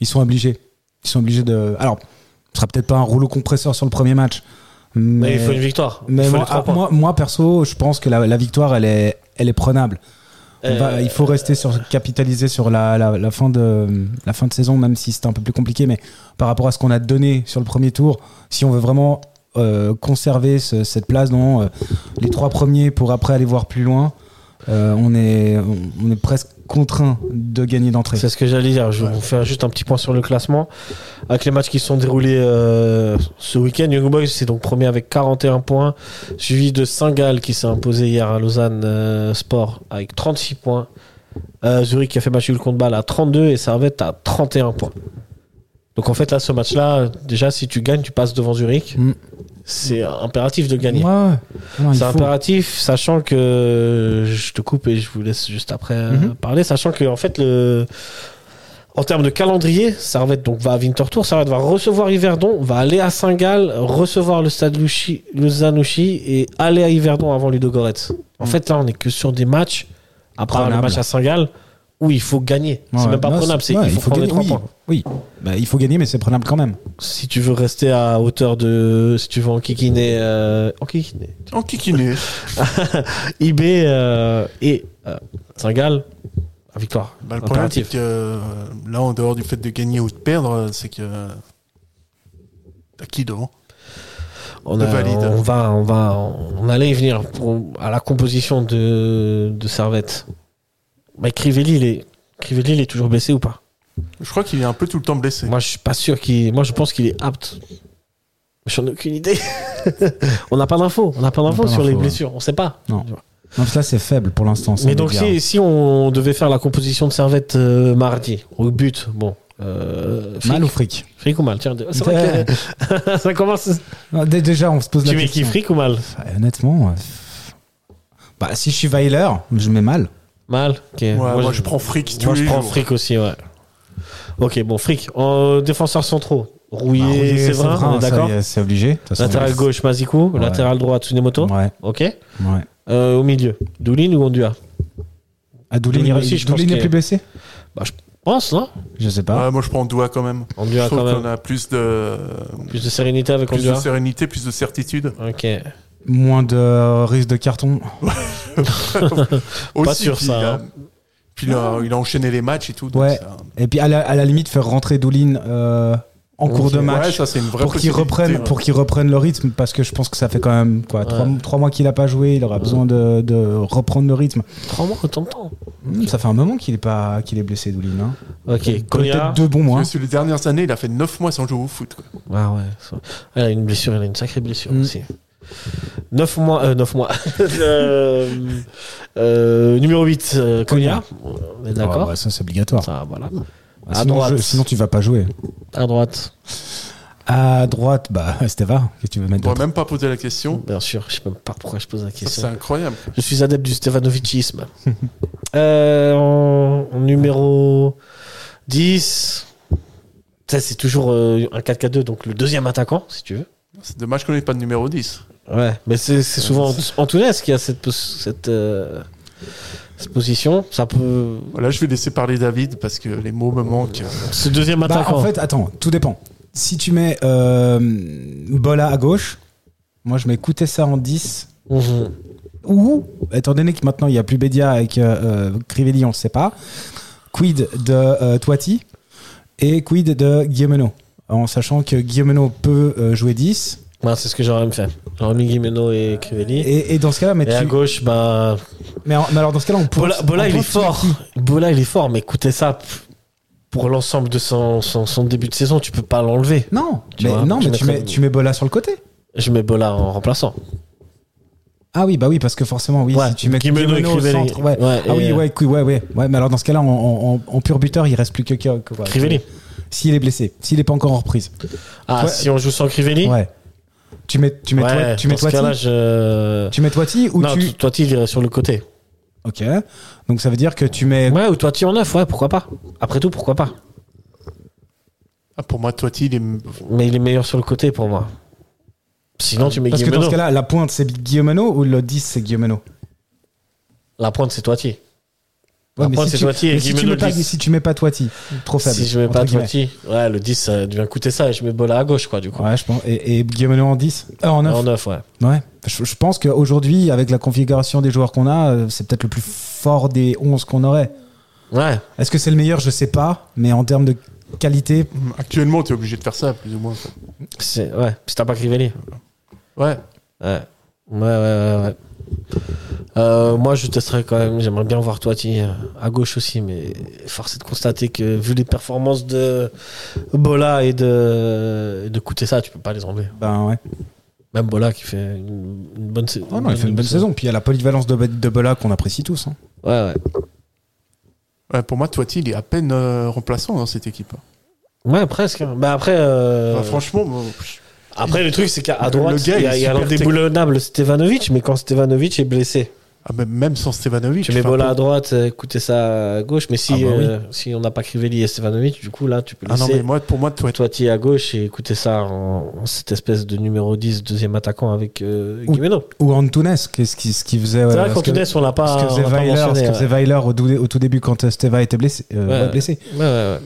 Speaker 2: ils sont obligés. Ils sont obligés de. Alors, ce sera peut-être pas un rouleau compresseur sur le premier match.
Speaker 1: Mais
Speaker 2: Mais,
Speaker 1: il faut une victoire. Il
Speaker 2: mais
Speaker 1: faut
Speaker 2: moi,
Speaker 1: les trois
Speaker 2: ah,
Speaker 1: points.
Speaker 2: moi, moi, perso, je pense que la, la victoire, elle est, elle est prenable. On
Speaker 1: Euh,
Speaker 2: va- il faut rester sur, capitaliser sur la, la- la fin de, la fin de saison, même si c'est un peu plus compliqué. Mais par rapport à ce qu'on a donné sur le premier tour, si on veut vraiment euh, conserver ce- cette place dans euh, les trois premiers pour après aller voir plus loin, euh, on, est, on, on est presque contraint de gagner d'entrée.
Speaker 1: C'est ce que j'allais dire. Je vais vous faire juste un petit point sur le classement. Avec les matchs qui se sont déroulés euh, ce week-end, Young Boys c'est donc premier avec 41 points, suivi de Saint-Gall qui s'est imposé hier à Lausanne euh, Sport avec 36 points. Euh, Zurich qui a fait match nul contre Bâle à 32 et Servette à 31 points. Donc en fait là, ce match-là, déjà si tu gagnes, tu passes devant Zurich.
Speaker 2: Mm.
Speaker 1: C'est impératif de gagner.
Speaker 2: Ouais, ouais. Non, il
Speaker 1: C'est
Speaker 2: faut.
Speaker 1: impératif, sachant que je te coupe et je vous laisse juste après euh,
Speaker 2: Mhm.
Speaker 1: parler, sachant que en fait le en termes de calendrier, Servette donc va à Winterthur, Servette va recevoir Yverdon, va aller à Saint-Gall, recevoir le Stade Luchi- Luzanouchi et aller à Yverdon avant Ludogorets. En
Speaker 2: Mhm.
Speaker 1: fait, là, on est que sur des matchs, à part le
Speaker 2: Prenable.
Speaker 1: match à Saint-Gall, où il faut gagner. c'est
Speaker 2: Ouais,
Speaker 1: même pas
Speaker 2: non,
Speaker 1: prenable, c'est
Speaker 2: ouais,
Speaker 1: il faut, prendre les
Speaker 2: gagner,
Speaker 1: trois
Speaker 2: oui,
Speaker 1: points.
Speaker 2: Oui, Bah, il faut gagner, mais c'est prenable quand même.
Speaker 1: Si tu veux rester à hauteur de, si tu veux en kikiner, euh, en kikiner,
Speaker 3: En kikiné.
Speaker 1: IB euh, et euh, Saint-Gall, la victoire.
Speaker 3: Bah, le problème, c'est
Speaker 1: Impératif.
Speaker 3: que euh, là, en dehors du fait de gagner ou de perdre, euh, c'est que. euh, T'as qui devant
Speaker 1: On,
Speaker 3: le
Speaker 1: a-
Speaker 3: valide.
Speaker 1: on va, on va, on allait y venir pour- à la composition de, de Servette. Mais Crivelli, il est, Crivelli, il est toujours blessé ou pas
Speaker 3: Je crois qu'il est un peu tout le temps blessé.
Speaker 1: Moi, je suis pas sûr qu'il, moi, je pense qu'il est apte. J'en ai aucune idée. on n'a pas d'infos, on n'a pas d'infos
Speaker 2: pas
Speaker 1: sur les
Speaker 2: d'infos, ouais.
Speaker 1: blessures, on sait pas.
Speaker 2: Non. Non, ça c'est faible pour l'instant. ça,
Speaker 1: Mais
Speaker 2: on
Speaker 1: donc,
Speaker 2: est bien.
Speaker 1: si, si on devait faire la composition de Servette euh, mardi, au but, bon. Euh,
Speaker 2: mal
Speaker 1: fric-
Speaker 2: ou fric
Speaker 1: fric ou mal Tiens, c'est vrai que ça commence.
Speaker 2: Non, Ah, dé- Déjà, on se pose
Speaker 1: Tu
Speaker 2: la
Speaker 1: mets
Speaker 2: question.
Speaker 1: qui fric ou mal
Speaker 2: Enfin, honnêtement, euh, pff. bah si je suis Weiler, je mets mal.
Speaker 1: Mal Ok.
Speaker 3: Ouais, moi, je prends fric tous
Speaker 1: Moi, je
Speaker 3: les
Speaker 1: prends
Speaker 3: jours.
Speaker 1: fric aussi, ouais. Ok, bon, fric. En euh, défenseur centraux, Rouillé,
Speaker 3: Bah,
Speaker 2: Rouillet,
Speaker 1: c'est vrai,
Speaker 2: Séverin,
Speaker 1: on est
Speaker 2: ça,
Speaker 1: d'accord
Speaker 2: y est, C'est obligé. de toute façon.
Speaker 1: Latéral gauche, Mazikou.
Speaker 2: Ouais.
Speaker 1: Latéral droit, Tsunemoto.
Speaker 2: Ouais,
Speaker 1: Ok.
Speaker 2: ouais.
Speaker 1: Euh, au milieu, Doulin ou Ondua
Speaker 2: Ah, Doulin,
Speaker 1: Doulin
Speaker 2: il-
Speaker 1: aussi, je
Speaker 2: Doulin
Speaker 1: pense
Speaker 2: est
Speaker 1: que-
Speaker 2: plus blessé
Speaker 1: bah, Je pense, non
Speaker 2: Je sais pas.
Speaker 3: Ouais, moi, je prends Doua quand même.
Speaker 1: Ondua
Speaker 3: hein. je trouve
Speaker 1: quand même.
Speaker 3: qu'on a plus de,
Speaker 1: Plus de sérénité avec
Speaker 3: plus de
Speaker 1: Ondua.
Speaker 3: sérénité, plus de certitude.
Speaker 1: Ok.
Speaker 2: Moins de euh, risque de carton.
Speaker 3: Aussi,
Speaker 1: sûr,
Speaker 3: puis,
Speaker 1: ça,
Speaker 3: il a-
Speaker 1: hein.
Speaker 3: Puis il a, il a enchaîné les matchs et tout. donc
Speaker 2: Ouais.
Speaker 3: ça-
Speaker 2: Et puis, à la, à la limite, faire rentrer Doulin euh, en cours de
Speaker 3: Ouais,
Speaker 2: match.
Speaker 3: ça, c'est une vraie
Speaker 2: pour qu'ils
Speaker 3: possibilité,
Speaker 2: reprennent
Speaker 3: ouais.
Speaker 2: pour qu'ils reprennent le rythme parce que je pense que ça fait quand même quoi trois, trois mois qu'il a pas joué il aura besoin de, de reprendre le rythme
Speaker 1: Trois mois autant de temps.
Speaker 2: Hmm, ça fait un moment qu'il est pas qu'il est blessé Doulin hein.
Speaker 1: Ok, Konya.
Speaker 2: peut-être deux bons mois
Speaker 3: Parce que sur les dernières années, il a fait 9 mois sans jouer au foot. quoi.
Speaker 1: Ah ouais. ça- Elle a une blessure, elle a une sacrée blessure
Speaker 2: Mm.
Speaker 1: aussi. 9 mois. Euh, 9 mois. Euh, euh, numéro 8, euh, Konya. On est
Speaker 2: Ah
Speaker 1: d'accord
Speaker 2: ouais, ça c'est obligatoire
Speaker 1: Ça, voilà.
Speaker 2: Ah,
Speaker 1: à
Speaker 2: sinon,
Speaker 1: droite.
Speaker 2: je- sinon tu vas pas jouer
Speaker 1: À droite,
Speaker 2: à droite bah Steva qu'est-ce que tu veux
Speaker 3: On
Speaker 2: mettre
Speaker 3: pourrait
Speaker 2: d'autre
Speaker 3: même pas poser la question.
Speaker 1: bien sûr. Je sais même pas pourquoi je pose la
Speaker 3: Ça, C'est
Speaker 1: question.
Speaker 3: incroyable.
Speaker 1: Je suis adepte du Stefanovicisme. Euh, en, en numéro 10. Ça, c'est toujours euh, un 4-4-2, donc le deuxième attaquant, si tu veux.
Speaker 3: C'est dommage qu'on n'ait pas de numéro 10.
Speaker 1: Ouais, mais c'est c'est souvent Antunes qui a cette, pos- cette, euh, cette position. Ça peut.
Speaker 3: Voilà, je vais laisser parler David parce que les mots me manquent.
Speaker 1: Ce deuxième
Speaker 2: Bah,
Speaker 1: attaquant.
Speaker 2: en fait attends tout dépend si tu mets euh, Bola à gauche moi je m'écoutais ça en 10
Speaker 1: Mhm.
Speaker 2: ou étant donné que maintenant il y a plus Bédia et que euh, Crivelli on ne sait pas quid de euh, Toiti et quid de Guillemeno en sachant que Guillemeno peut euh, jouer 10
Speaker 1: Bah, c'est ce que j'aurais aimé faire. J'aurais mis Guimeno et Crivelli. Et,
Speaker 2: Euh, et, et dans ce cas là mais, tu-
Speaker 1: à gauche, bah.
Speaker 2: mais, en- mais alors dans ce cas là on peut
Speaker 1: Bola, Bola, il est fort. Bola, il est fort, mais écoutez ça. pff, Pour l'ensemble de son, son, son début de saison, tu peux pas l'enlever.
Speaker 2: non
Speaker 1: Tu
Speaker 2: mais,
Speaker 1: vois,
Speaker 2: non,
Speaker 1: tu
Speaker 2: mais tu,
Speaker 1: mettrais-
Speaker 2: mets, tu mets Bola sur le côté
Speaker 1: Je mets Bola en remplaçant.
Speaker 2: ah oui bah oui parce que forcément oui
Speaker 1: Ouais,
Speaker 2: si tu mets
Speaker 1: Guimeno et
Speaker 2: Guillemeno au
Speaker 1: Crivelli.
Speaker 2: centre ouais.
Speaker 1: Ouais,
Speaker 2: ah
Speaker 1: et,
Speaker 2: oui
Speaker 1: euh,
Speaker 2: ouais, cou- ouais ouais ouais mais alors dans ce cas là en, en- en pur buteur il reste plus que, que, que- quoi.
Speaker 1: Crivelli.
Speaker 2: s'il est blessé s'il est pas encore en reprise
Speaker 1: Ah,
Speaker 2: Toi-
Speaker 1: si on joue sans Crivelli
Speaker 2: ouais tu mets tu mets
Speaker 1: Ouais,
Speaker 2: toi, tu
Speaker 1: dans
Speaker 2: mets
Speaker 1: ce cas-là,
Speaker 2: Toiti
Speaker 1: je.
Speaker 2: Tu mets Toiti ou
Speaker 1: non,
Speaker 2: tu.
Speaker 1: toi, il irait sur le côté.
Speaker 2: Ok. Donc ça veut dire que tu mets.
Speaker 1: Ouais, ou toi, tu en neuf, ouais, pourquoi pas. Après tout, pourquoi pas.
Speaker 3: Ah, pour moi, Toiti, il est...
Speaker 1: Mais il est meilleur sur le côté pour moi. Sinon, tu mets
Speaker 2: Parce que dans
Speaker 1: Guimeno.
Speaker 2: ce cas-là, la pointe c'est Guillaumeano ou le 10 c'est Guillaumeano
Speaker 1: La pointe, c'est Toiti. La
Speaker 2: mais
Speaker 1: pointe,
Speaker 2: si
Speaker 1: c'est
Speaker 2: tu-
Speaker 1: Toiti et
Speaker 2: mais si tu
Speaker 1: Guillemeno
Speaker 2: mets pas-
Speaker 1: le 10.
Speaker 2: Si tu mets pas Toiti, trop faible.
Speaker 1: Si je mets
Speaker 2: entre
Speaker 1: pas
Speaker 2: guillemets.
Speaker 1: Toiti, ouais, le 10, ça devient coûter ça et je mets Bola à gauche, quoi, du coup.
Speaker 2: Ouais, je pense. Et, et Guillaumeano en 10 Euh, En 9
Speaker 1: En neuf, ouais.
Speaker 2: Ouais. Je, je pense qu'aujourd'hui, avec la configuration des joueurs qu'on a, euh, c'est peut-être le plus fort des 11 qu'on aurait.
Speaker 1: Ouais.
Speaker 2: Est-ce que c'est le meilleur Je sais pas. Mais en termes de qualité.
Speaker 3: actuellement, tu es obligé de faire ça, plus ou moins. quoi.
Speaker 1: C'est, ouais. Si t'as pas Crivelli.
Speaker 3: Ouais,
Speaker 1: Ouais. Ouais, ouais, ouais, ouais. Euh, moi, je testerais quand même. J'aimerais bien voir Toiti euh, à gauche aussi, mais force est de constater que vu les performances de Bola et de, et de Kutesa, tu peux pas les enlever.
Speaker 2: Ben ouais.
Speaker 1: Même Bola qui fait une, une bonne saison.
Speaker 2: Oh non, il fait une bonne saison. Puis il y a la polyvalence de, de Bola qu'on apprécie tous. hein.
Speaker 1: Ouais, ouais.
Speaker 3: Ouais, pour moi, Toiti, il est à peine euh, remplaçant dans cette équipe. hein.
Speaker 1: Ouais, presque. hein. Bah après, euh,
Speaker 3: Enfin, franchement, moi, pff,
Speaker 1: après le truc c'est qu'à
Speaker 3: le
Speaker 1: droite,
Speaker 3: gars,
Speaker 1: il y
Speaker 3: il
Speaker 1: a,
Speaker 3: est
Speaker 1: il y a
Speaker 3: super
Speaker 1: l'indéboulonnable Stevanovic, mais quand Stevanovic est blessé,
Speaker 3: ah, même- même sans Stevanovic.
Speaker 1: tu mets
Speaker 3: enfin,
Speaker 1: Bola
Speaker 3: pour-
Speaker 1: à droite, euh, écoutez ça à gauche, mais si
Speaker 2: Ah bah oui.
Speaker 1: euh, si on n'a pas Crivelli et Stevanovic, du coup là tu peux
Speaker 3: Ah
Speaker 1: laisser
Speaker 3: non, mais moi, pour moi, Toiti.
Speaker 1: Toiti à gauche et écoutez ça en, en cette espèce de numéro 10 deuxième attaquant avec euh,
Speaker 2: Ou-
Speaker 1: Guimeno.
Speaker 2: Ou Antunes, qu'est-ce qui, ce qui faisait.
Speaker 1: C'est
Speaker 2: euh,
Speaker 1: vrai qu'en
Speaker 2: parce que-
Speaker 1: Tunis on l'a pas,
Speaker 2: ce que faisait
Speaker 1: on l'a pas
Speaker 2: Weiler, ce
Speaker 1: mentionné,
Speaker 2: que
Speaker 1: ouais.
Speaker 2: faisait Weiler au, dou- au tout début quand euh, Steva était blessé. euh,
Speaker 1: euh, Ouais.
Speaker 2: ouais, blessé.
Speaker 1: Ouais, ouais, ouais.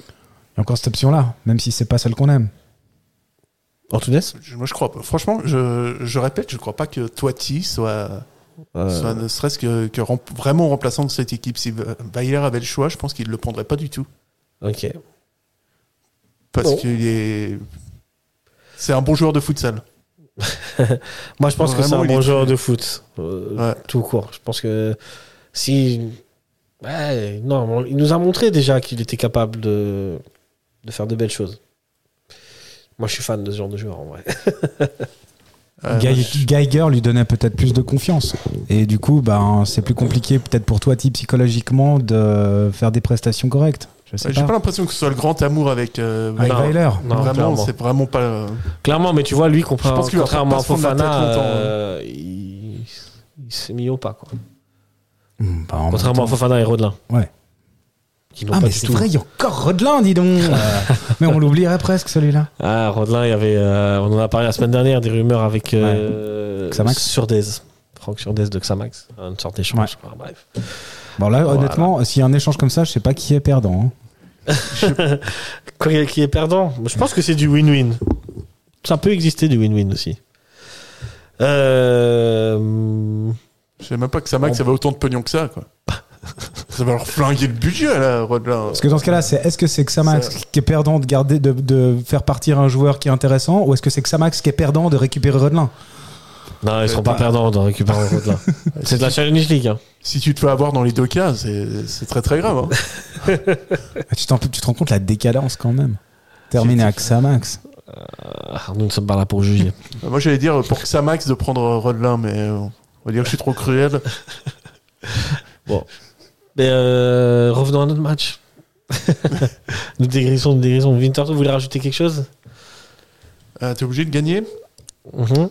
Speaker 2: Il y a encore cette option-là, même si c'est pas celle qu'on aime.
Speaker 1: En Tunis
Speaker 3: Je- Moi, je crois. pas. Franchement, je, je répète, je crois pas que Toiti soit,
Speaker 1: Euh.
Speaker 3: soit ne serait-ce que, que rem- vraiment remplaçant de cette équipe. Si Bayer avait le choix, je pense qu'il le prendrait pas du tout.
Speaker 1: Ok.
Speaker 3: Parce
Speaker 1: Bon.
Speaker 3: qu'il est. C'est un bon joueur de futsal.
Speaker 1: Moi, je pense que c'est
Speaker 3: Vraiment,
Speaker 1: un
Speaker 3: il
Speaker 1: bon
Speaker 3: est
Speaker 1: joueur de foot. euh,
Speaker 3: Ouais.
Speaker 1: Tout court. Je pense que si. Ouais, non, on- il nous a montré déjà qu'il était capable de, de faire de belles choses. Moi, je suis fan de ce genre de joueur en vrai.
Speaker 3: Euh,
Speaker 2: Gei-
Speaker 3: moi, je-
Speaker 2: Geiger lui donnait peut-être plus de confiance. Et du coup, ben, c'est plus compliqué peut-être pour toi, type psychologiquement, de faire des prestations correctes. Je sais
Speaker 3: J'ai pas,
Speaker 2: pas.
Speaker 3: l'impression que ce soit le grand amour avec euh,
Speaker 2: Avec
Speaker 3: Weiler.
Speaker 1: Non.
Speaker 2: Weiler.
Speaker 1: Non,
Speaker 3: vraiment,
Speaker 1: clairement.
Speaker 3: c'est vraiment pas. euh,
Speaker 1: Clairement, mais tu vois, lui, compar-
Speaker 3: Je pense qu'il va
Speaker 1: contrairement
Speaker 3: pas
Speaker 1: à euh,
Speaker 3: se prendre la tête
Speaker 1: Fofana,
Speaker 3: longtemps, hein.
Speaker 1: euh, il, il s'est mis au pas. Quoi.
Speaker 2: Hmm, bah, en
Speaker 1: Contrairement à
Speaker 2: même
Speaker 1: Fofana et Rodelin.
Speaker 2: Ouais.
Speaker 1: Qui
Speaker 2: temps-
Speaker 1: n'ont
Speaker 2: Ah,
Speaker 1: pas
Speaker 2: mais
Speaker 1: du
Speaker 2: c'est
Speaker 1: tout.
Speaker 2: vrai, il y a encore Rodelin, dis donc. Euh, mais on l'oublierait presque, celui-là.
Speaker 1: Ah, Rodelin, il y avait, euh, on en a parlé la semaine dernière, des rumeurs avec euh,
Speaker 2: Xamax.
Speaker 1: Surdez. Franck Surdez de Xamax. Une sorte d'échange,
Speaker 2: Ouais.
Speaker 1: je crois. Bref.
Speaker 2: Bon, là,
Speaker 1: Voilà.
Speaker 2: honnêtement, s'il y a un échange comme ça, je sais pas qui est perdant. hein.
Speaker 1: Quoi, qui est perdant Je pense que c'est du win-win. Ça peut exister du win-win aussi. Euh,
Speaker 3: Je savais même pas que Samax avait autant de pognon que ça, quoi. ça va leur flinguer le budget, là, Rodelin.
Speaker 2: Parce que dans ce cas-là, c'est est-ce que c'est Xamax
Speaker 3: Ça-
Speaker 2: qui est perdant de, garder, de, de faire partir un joueur qui est intéressant ou est-ce que c'est Xamax qui est perdant de récupérer Rodelin
Speaker 1: Non,
Speaker 2: Euh,
Speaker 1: ils seront
Speaker 3: Bah-
Speaker 1: pas perdants en récupérant Rodelin. c'est de la Challenge League. hein.
Speaker 3: Si tu te fais avoir dans les deux cas, c'est c'est très très grave. hein.
Speaker 2: Ah, tu, t'en- tu te rends compte la décadence quand même. Terminé à Xamax.
Speaker 1: Ah, nous ne sommes pas là pour juger.
Speaker 3: Euh, Moi, j'allais dire pour que ça max de prendre Rodelin, mais euh, on va dire que je suis trop cruel.
Speaker 1: Mais euh, revenons à notre match. nous dégrissons, nous dégrissons. Winter, vous voulez rajouter quelque chose
Speaker 3: Euh, T'es obligé de gagner
Speaker 2: Mm-hmm.
Speaker 1: Mhm.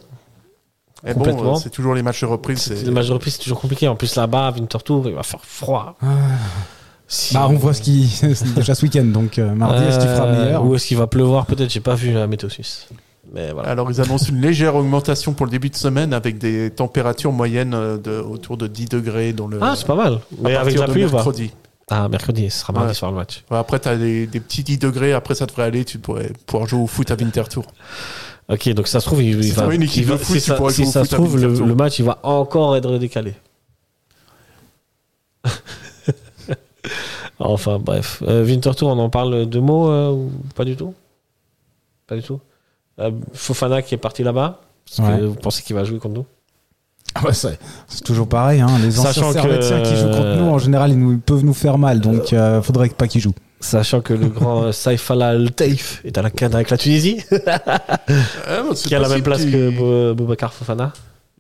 Speaker 3: Et bon,
Speaker 1: Complètement.
Speaker 3: euh, c'est toujours les matchs de reprise.
Speaker 1: C'est-
Speaker 3: c'est-
Speaker 1: Le match de reprise, c'est toujours compliqué. En plus, là-bas, à Winterthur, il va faire froid.
Speaker 3: Ah.
Speaker 1: Si-
Speaker 2: Bah, on voit ce qui. c'est déjà ce week-end, donc euh, mardi, est-ce qu'il fera
Speaker 1: Euh,
Speaker 2: meilleur
Speaker 3: hein.
Speaker 1: Ou est-ce qu'il va pleuvoir Peut-être, j'ai pas vu la météo suisse. Mais voilà.
Speaker 3: Alors, ils annoncent une légère augmentation pour le début de semaine avec des températures moyennes euh, de, autour de 10 degrés dans le.
Speaker 1: Ah, c'est pas mal.
Speaker 3: à
Speaker 1: Mais avec
Speaker 3: partir
Speaker 1: la
Speaker 3: de
Speaker 1: pluie ou pas
Speaker 3: mercredi.
Speaker 1: Ah, mercredi, ce sera mardi
Speaker 3: Ouais.
Speaker 1: soir le match.
Speaker 3: Ouais, après, tu as des, des petits 10 degrés, après ça devrait aller, tu pourrais pouvoir jouer au foot à Winterthur.
Speaker 1: Ok, donc ça se trouve, il, il
Speaker 3: Si
Speaker 1: va.
Speaker 3: t'as une équipe
Speaker 1: il va-
Speaker 3: de foot,
Speaker 1: si
Speaker 3: tu
Speaker 1: ça,
Speaker 3: pourras
Speaker 1: si
Speaker 3: jouer au
Speaker 1: ça
Speaker 3: foot
Speaker 1: se
Speaker 3: à
Speaker 1: trouve, le,
Speaker 3: Winterthur.
Speaker 1: le match, il va encore être décalé. enfin, bref. Euh, Winterthur, on en parle deux mots euh, ou pas du tout Pas du tout Euh, Fofana qui est parti là-bas. Parce que
Speaker 2: Ouais.
Speaker 1: vous pensez qu'il va jouer contre nous
Speaker 2: Ah bah, c'est c'est toujours pareil, hein, les anciens
Speaker 1: Sachant que-
Speaker 2: servétiens qui jouent contre nous, en général, ils, nous- ils peuvent nous faire mal, donc euh, faudrait pas qu'ils jouent.
Speaker 1: Sachant que le grand euh, Saif Al Taif est à la canne avec la Tunisie,
Speaker 3: Ah, c'est
Speaker 1: qui a la même
Speaker 3: possible
Speaker 1: place
Speaker 3: qu'il-
Speaker 1: que Bo- Boubacar Fofana.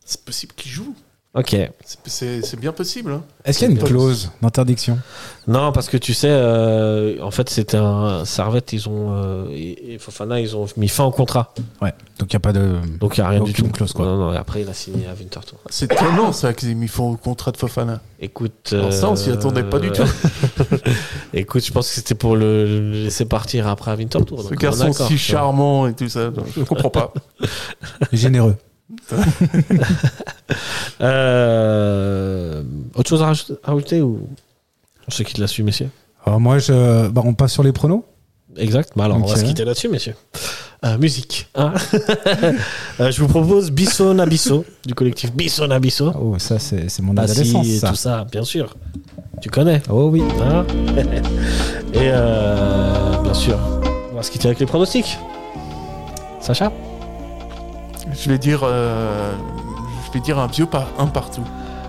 Speaker 3: C'est possible qu'ils jouent.
Speaker 1: Ok.
Speaker 3: C'est- C'est c'est bien possible. hein.
Speaker 2: Est-ce qu'il y a une clause d'interdiction
Speaker 1: Non, parce que tu sais, euh, en fait, c'était un Servette, ils ont euh, et, et Fofana, ils ont mis fin au contrat,
Speaker 2: Ouais, donc il n'y a pas de.
Speaker 1: donc il n'y a rien du
Speaker 2: Aucune
Speaker 1: tout.
Speaker 2: clause, quoi.
Speaker 1: Non, non. Et après, il a signé à Winterthur.
Speaker 3: C'est étonnant, ça, qu'ils aient mis fond au contrat de Fofana.
Speaker 1: Écoute, euh,
Speaker 3: Alors ça, on s'y attendait pas du tout.
Speaker 1: Écoute, je pense que c'était pour le, le laisser partir après à Winterthur.
Speaker 3: Ce garçon si charmant et tout ça, donc je comprends pas.
Speaker 2: Généreux.
Speaker 1: Euh, autre chose à raj- à rajouter ou ceux qui te l'assument, messieurs
Speaker 2: Alors moi, je... bah, on passe sur les pronos
Speaker 1: Exact. Bah alors, on va
Speaker 2: Ok.
Speaker 1: se quitter là-dessus, messieurs. Euh, musique. hein. Euh, je vous propose Bisson Abisso du collectif Bisson Abisso.
Speaker 2: Oh, ça, c'est c'est mon
Speaker 1: Bah, si,
Speaker 2: adolescence, ça.
Speaker 1: tout ça, bien sûr. Tu connais.
Speaker 2: Oh oui.
Speaker 1: hein. Et euh, bien sûr, on va se quitter avec les pronostics. Sacha
Speaker 3: Je vais dire, euh, je vais dire un vieux par un partout.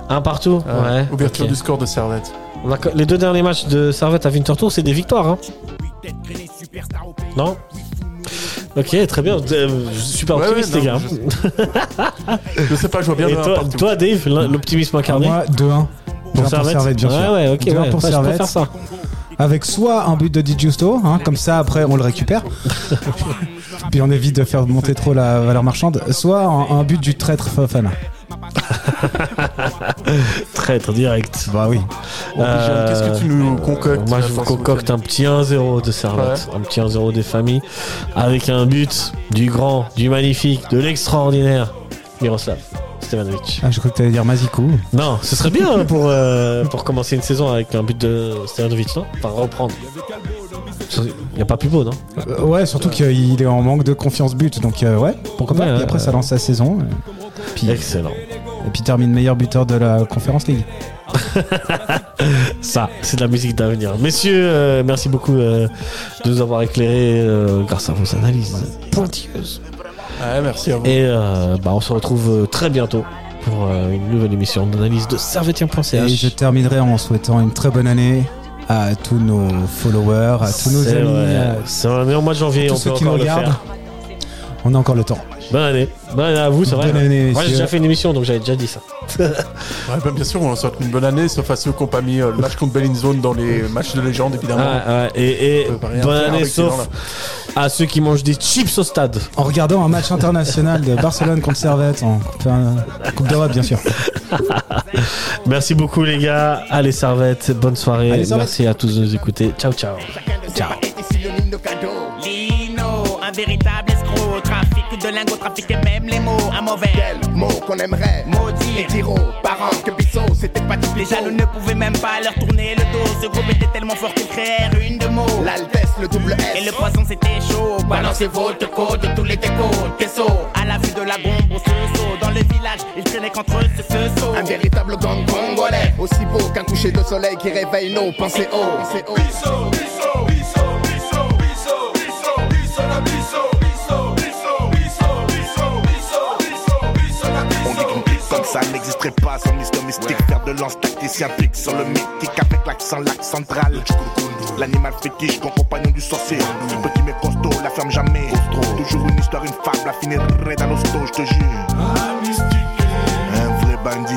Speaker 1: Un partout
Speaker 3: Euh,
Speaker 1: Ouais.
Speaker 3: Ouverture
Speaker 1: ok.
Speaker 3: du score de Servette.
Speaker 1: On a co- les deux derniers matchs de Servette à Winterthur, c'est des victoires. hein. Non Ok, très bien. Euh, Super
Speaker 3: Ouais,
Speaker 1: optimiste,
Speaker 3: ouais,
Speaker 1: les
Speaker 3: non,
Speaker 1: gars.
Speaker 3: Je sais pas, je vois bien
Speaker 1: Et
Speaker 3: le un
Speaker 1: toi,
Speaker 3: partout.
Speaker 1: toi, Dave, l'in- l'optimisme incarné
Speaker 2: Moi, 2-1. Pour
Speaker 1: Servette
Speaker 2: Servette, bien
Speaker 1: Ouais,
Speaker 2: sûr.
Speaker 1: ouais, ok.
Speaker 2: Deux-un
Speaker 1: ouais,
Speaker 2: pour
Speaker 1: ouais, je
Speaker 2: Servette.
Speaker 1: préfère ça.
Speaker 2: Avec soit un but de Di Giusto, hein, comme ça après on le récupère, puis on évite de faire monter trop la valeur marchande, soit un, un but du traître Fofana.
Speaker 1: Traître direct. Euh,
Speaker 2: Bah oui.
Speaker 3: Oh, Bijan, Qu'est-ce que tu nous euh, concoctes
Speaker 1: Moi,
Speaker 3: là,
Speaker 1: je vous
Speaker 3: face au
Speaker 1: concocte un petit 1-0 de Servette, un petit 1-0 des familles, avec un but du grand, du magnifique, de l'extraordinaire Miroslav Stevanovic.
Speaker 2: Ah, je crois que t'allais dire Mazikou.
Speaker 1: Non, ce serait bien hein, pour, euh, pour commencer une saison avec un but de Stevanovic, non Enfin, reprendre. Il n'y a pas plus beau, non
Speaker 2: Euh, ouais, surtout qu'il est en manque de confiance but, donc euh, ouais, pourquoi pas.
Speaker 1: Ouais,
Speaker 2: Puis après
Speaker 1: euh,
Speaker 2: ça lance sa saison, euh, puis, et
Speaker 1: Excellent.
Speaker 2: puis termine meilleur buteur de la Conférence League.
Speaker 1: Ça, c'est de la musique d'avenir. Messieurs, euh, merci beaucoup euh, de nous avoir éclairés euh, grâce à vos analyses pointilleuses.
Speaker 3: Ouais, Ah, merci à vous.
Speaker 1: Et euh, bah, on se retrouve euh, très bientôt pour euh, une nouvelle émission d'analyse de
Speaker 2: Et
Speaker 1: servetien.ch.
Speaker 2: je terminerai en souhaitant une très bonne année à tous nos followers, à tous nos
Speaker 1: C'est
Speaker 2: amis,
Speaker 1: vrai.
Speaker 2: euh,
Speaker 1: C'est vrai, mais au mois de janvier,
Speaker 2: tous
Speaker 1: on peut
Speaker 2: ceux qui nous
Speaker 1: encore le
Speaker 2: regardent.
Speaker 1: faire.
Speaker 2: On a encore le temps.
Speaker 1: Bonne année. Bonne année à vous, c'est vrai.
Speaker 2: Bonne année,
Speaker 1: Moi, j'ai
Speaker 2: messieurs.
Speaker 1: déjà fait une émission, donc j'avais déjà dit ça.
Speaker 3: Ouais, bah, bien sûr, on leur souhaite une bonne année, sauf à ceux qui n'ont pas mis euh,
Speaker 2: Ah,
Speaker 3: le
Speaker 1: Ah,
Speaker 3: match contre Bellinzone dans les matchs de légende, évidemment.
Speaker 1: Ouais, ouais, et et
Speaker 3: On peut pas rien
Speaker 1: bonne
Speaker 3: faire
Speaker 1: année,
Speaker 3: avec ces
Speaker 1: sauf
Speaker 3: gens-là.
Speaker 1: à ceux qui mangent des chips au stade.
Speaker 2: En regardant un match international de Barcelone contre Servette en Coupe- euh, Coupe d'Europe, bien sûr.
Speaker 1: Merci beaucoup les gars. Allez Servette, bonne soirée.
Speaker 2: Allez, Servette.
Speaker 1: Merci à tous de nous écouter. Ciao ciao.
Speaker 4: Chacun de ses paquets est synonyme de cadeau.
Speaker 5: Lino, un véritable escroc, trafic de lingots, trafiquer même les mots, un mauvais.
Speaker 4: Quel mot qu'on aimerait
Speaker 5: Maudit.
Speaker 4: Et dire aux parents que Bissot c'était pas du
Speaker 5: Les
Speaker 4: plaisir
Speaker 5: jaloux ne pouvaient même pas leur tourner le dos. Ce groupe était tellement fort qu'ils créèrent une de mots.
Speaker 4: L'altesse, le double S
Speaker 5: Et le poisson c'était chaud. Balancez
Speaker 4: Balancez votre code de tous les décos, queso
Speaker 5: À la vue de la gombe, au seau dans le village, ils traînaient contre eux ce ce saut.
Speaker 4: Un véritable gang congolais Aussi beau qu'un coucher de soleil qui réveille nos pensées haut
Speaker 6: On dit qu'une pipe comme ça n'existerait pas sans Mr mystique. Faire de lance tacticien pique sur le mythique avec l'accent lac central. L'animal fétiche, ton compagnon du sorcier. Petit mais costaud, la ferme jamais. Toujours une histoire, une fable, la finirait dans nos stos, je te jure. Un vrai bandit.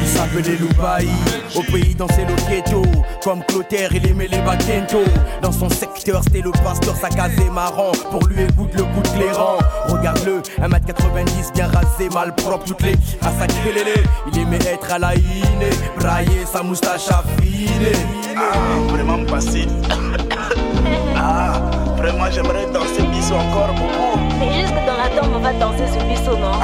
Speaker 7: Il s'appelait Loubaï, au pays dans ses ghetto Comme Clotaire, il aimait les Bakento. Dans son secteur, c'était le pasteur, sa case est marrant. Pour lui, écoute le coup de clairant. Regarde-le, 1m90, bien rasé, mal propre, toutes les à sa querelle. Il aimait être à la hine, brailler sa moustache affinée.
Speaker 6: Ah, vraiment passé. ah, vraiment, j'aimerais danser bisous encore beaucoup.
Speaker 8: C'est juste que dans la tombe, on va danser sur le bisou, non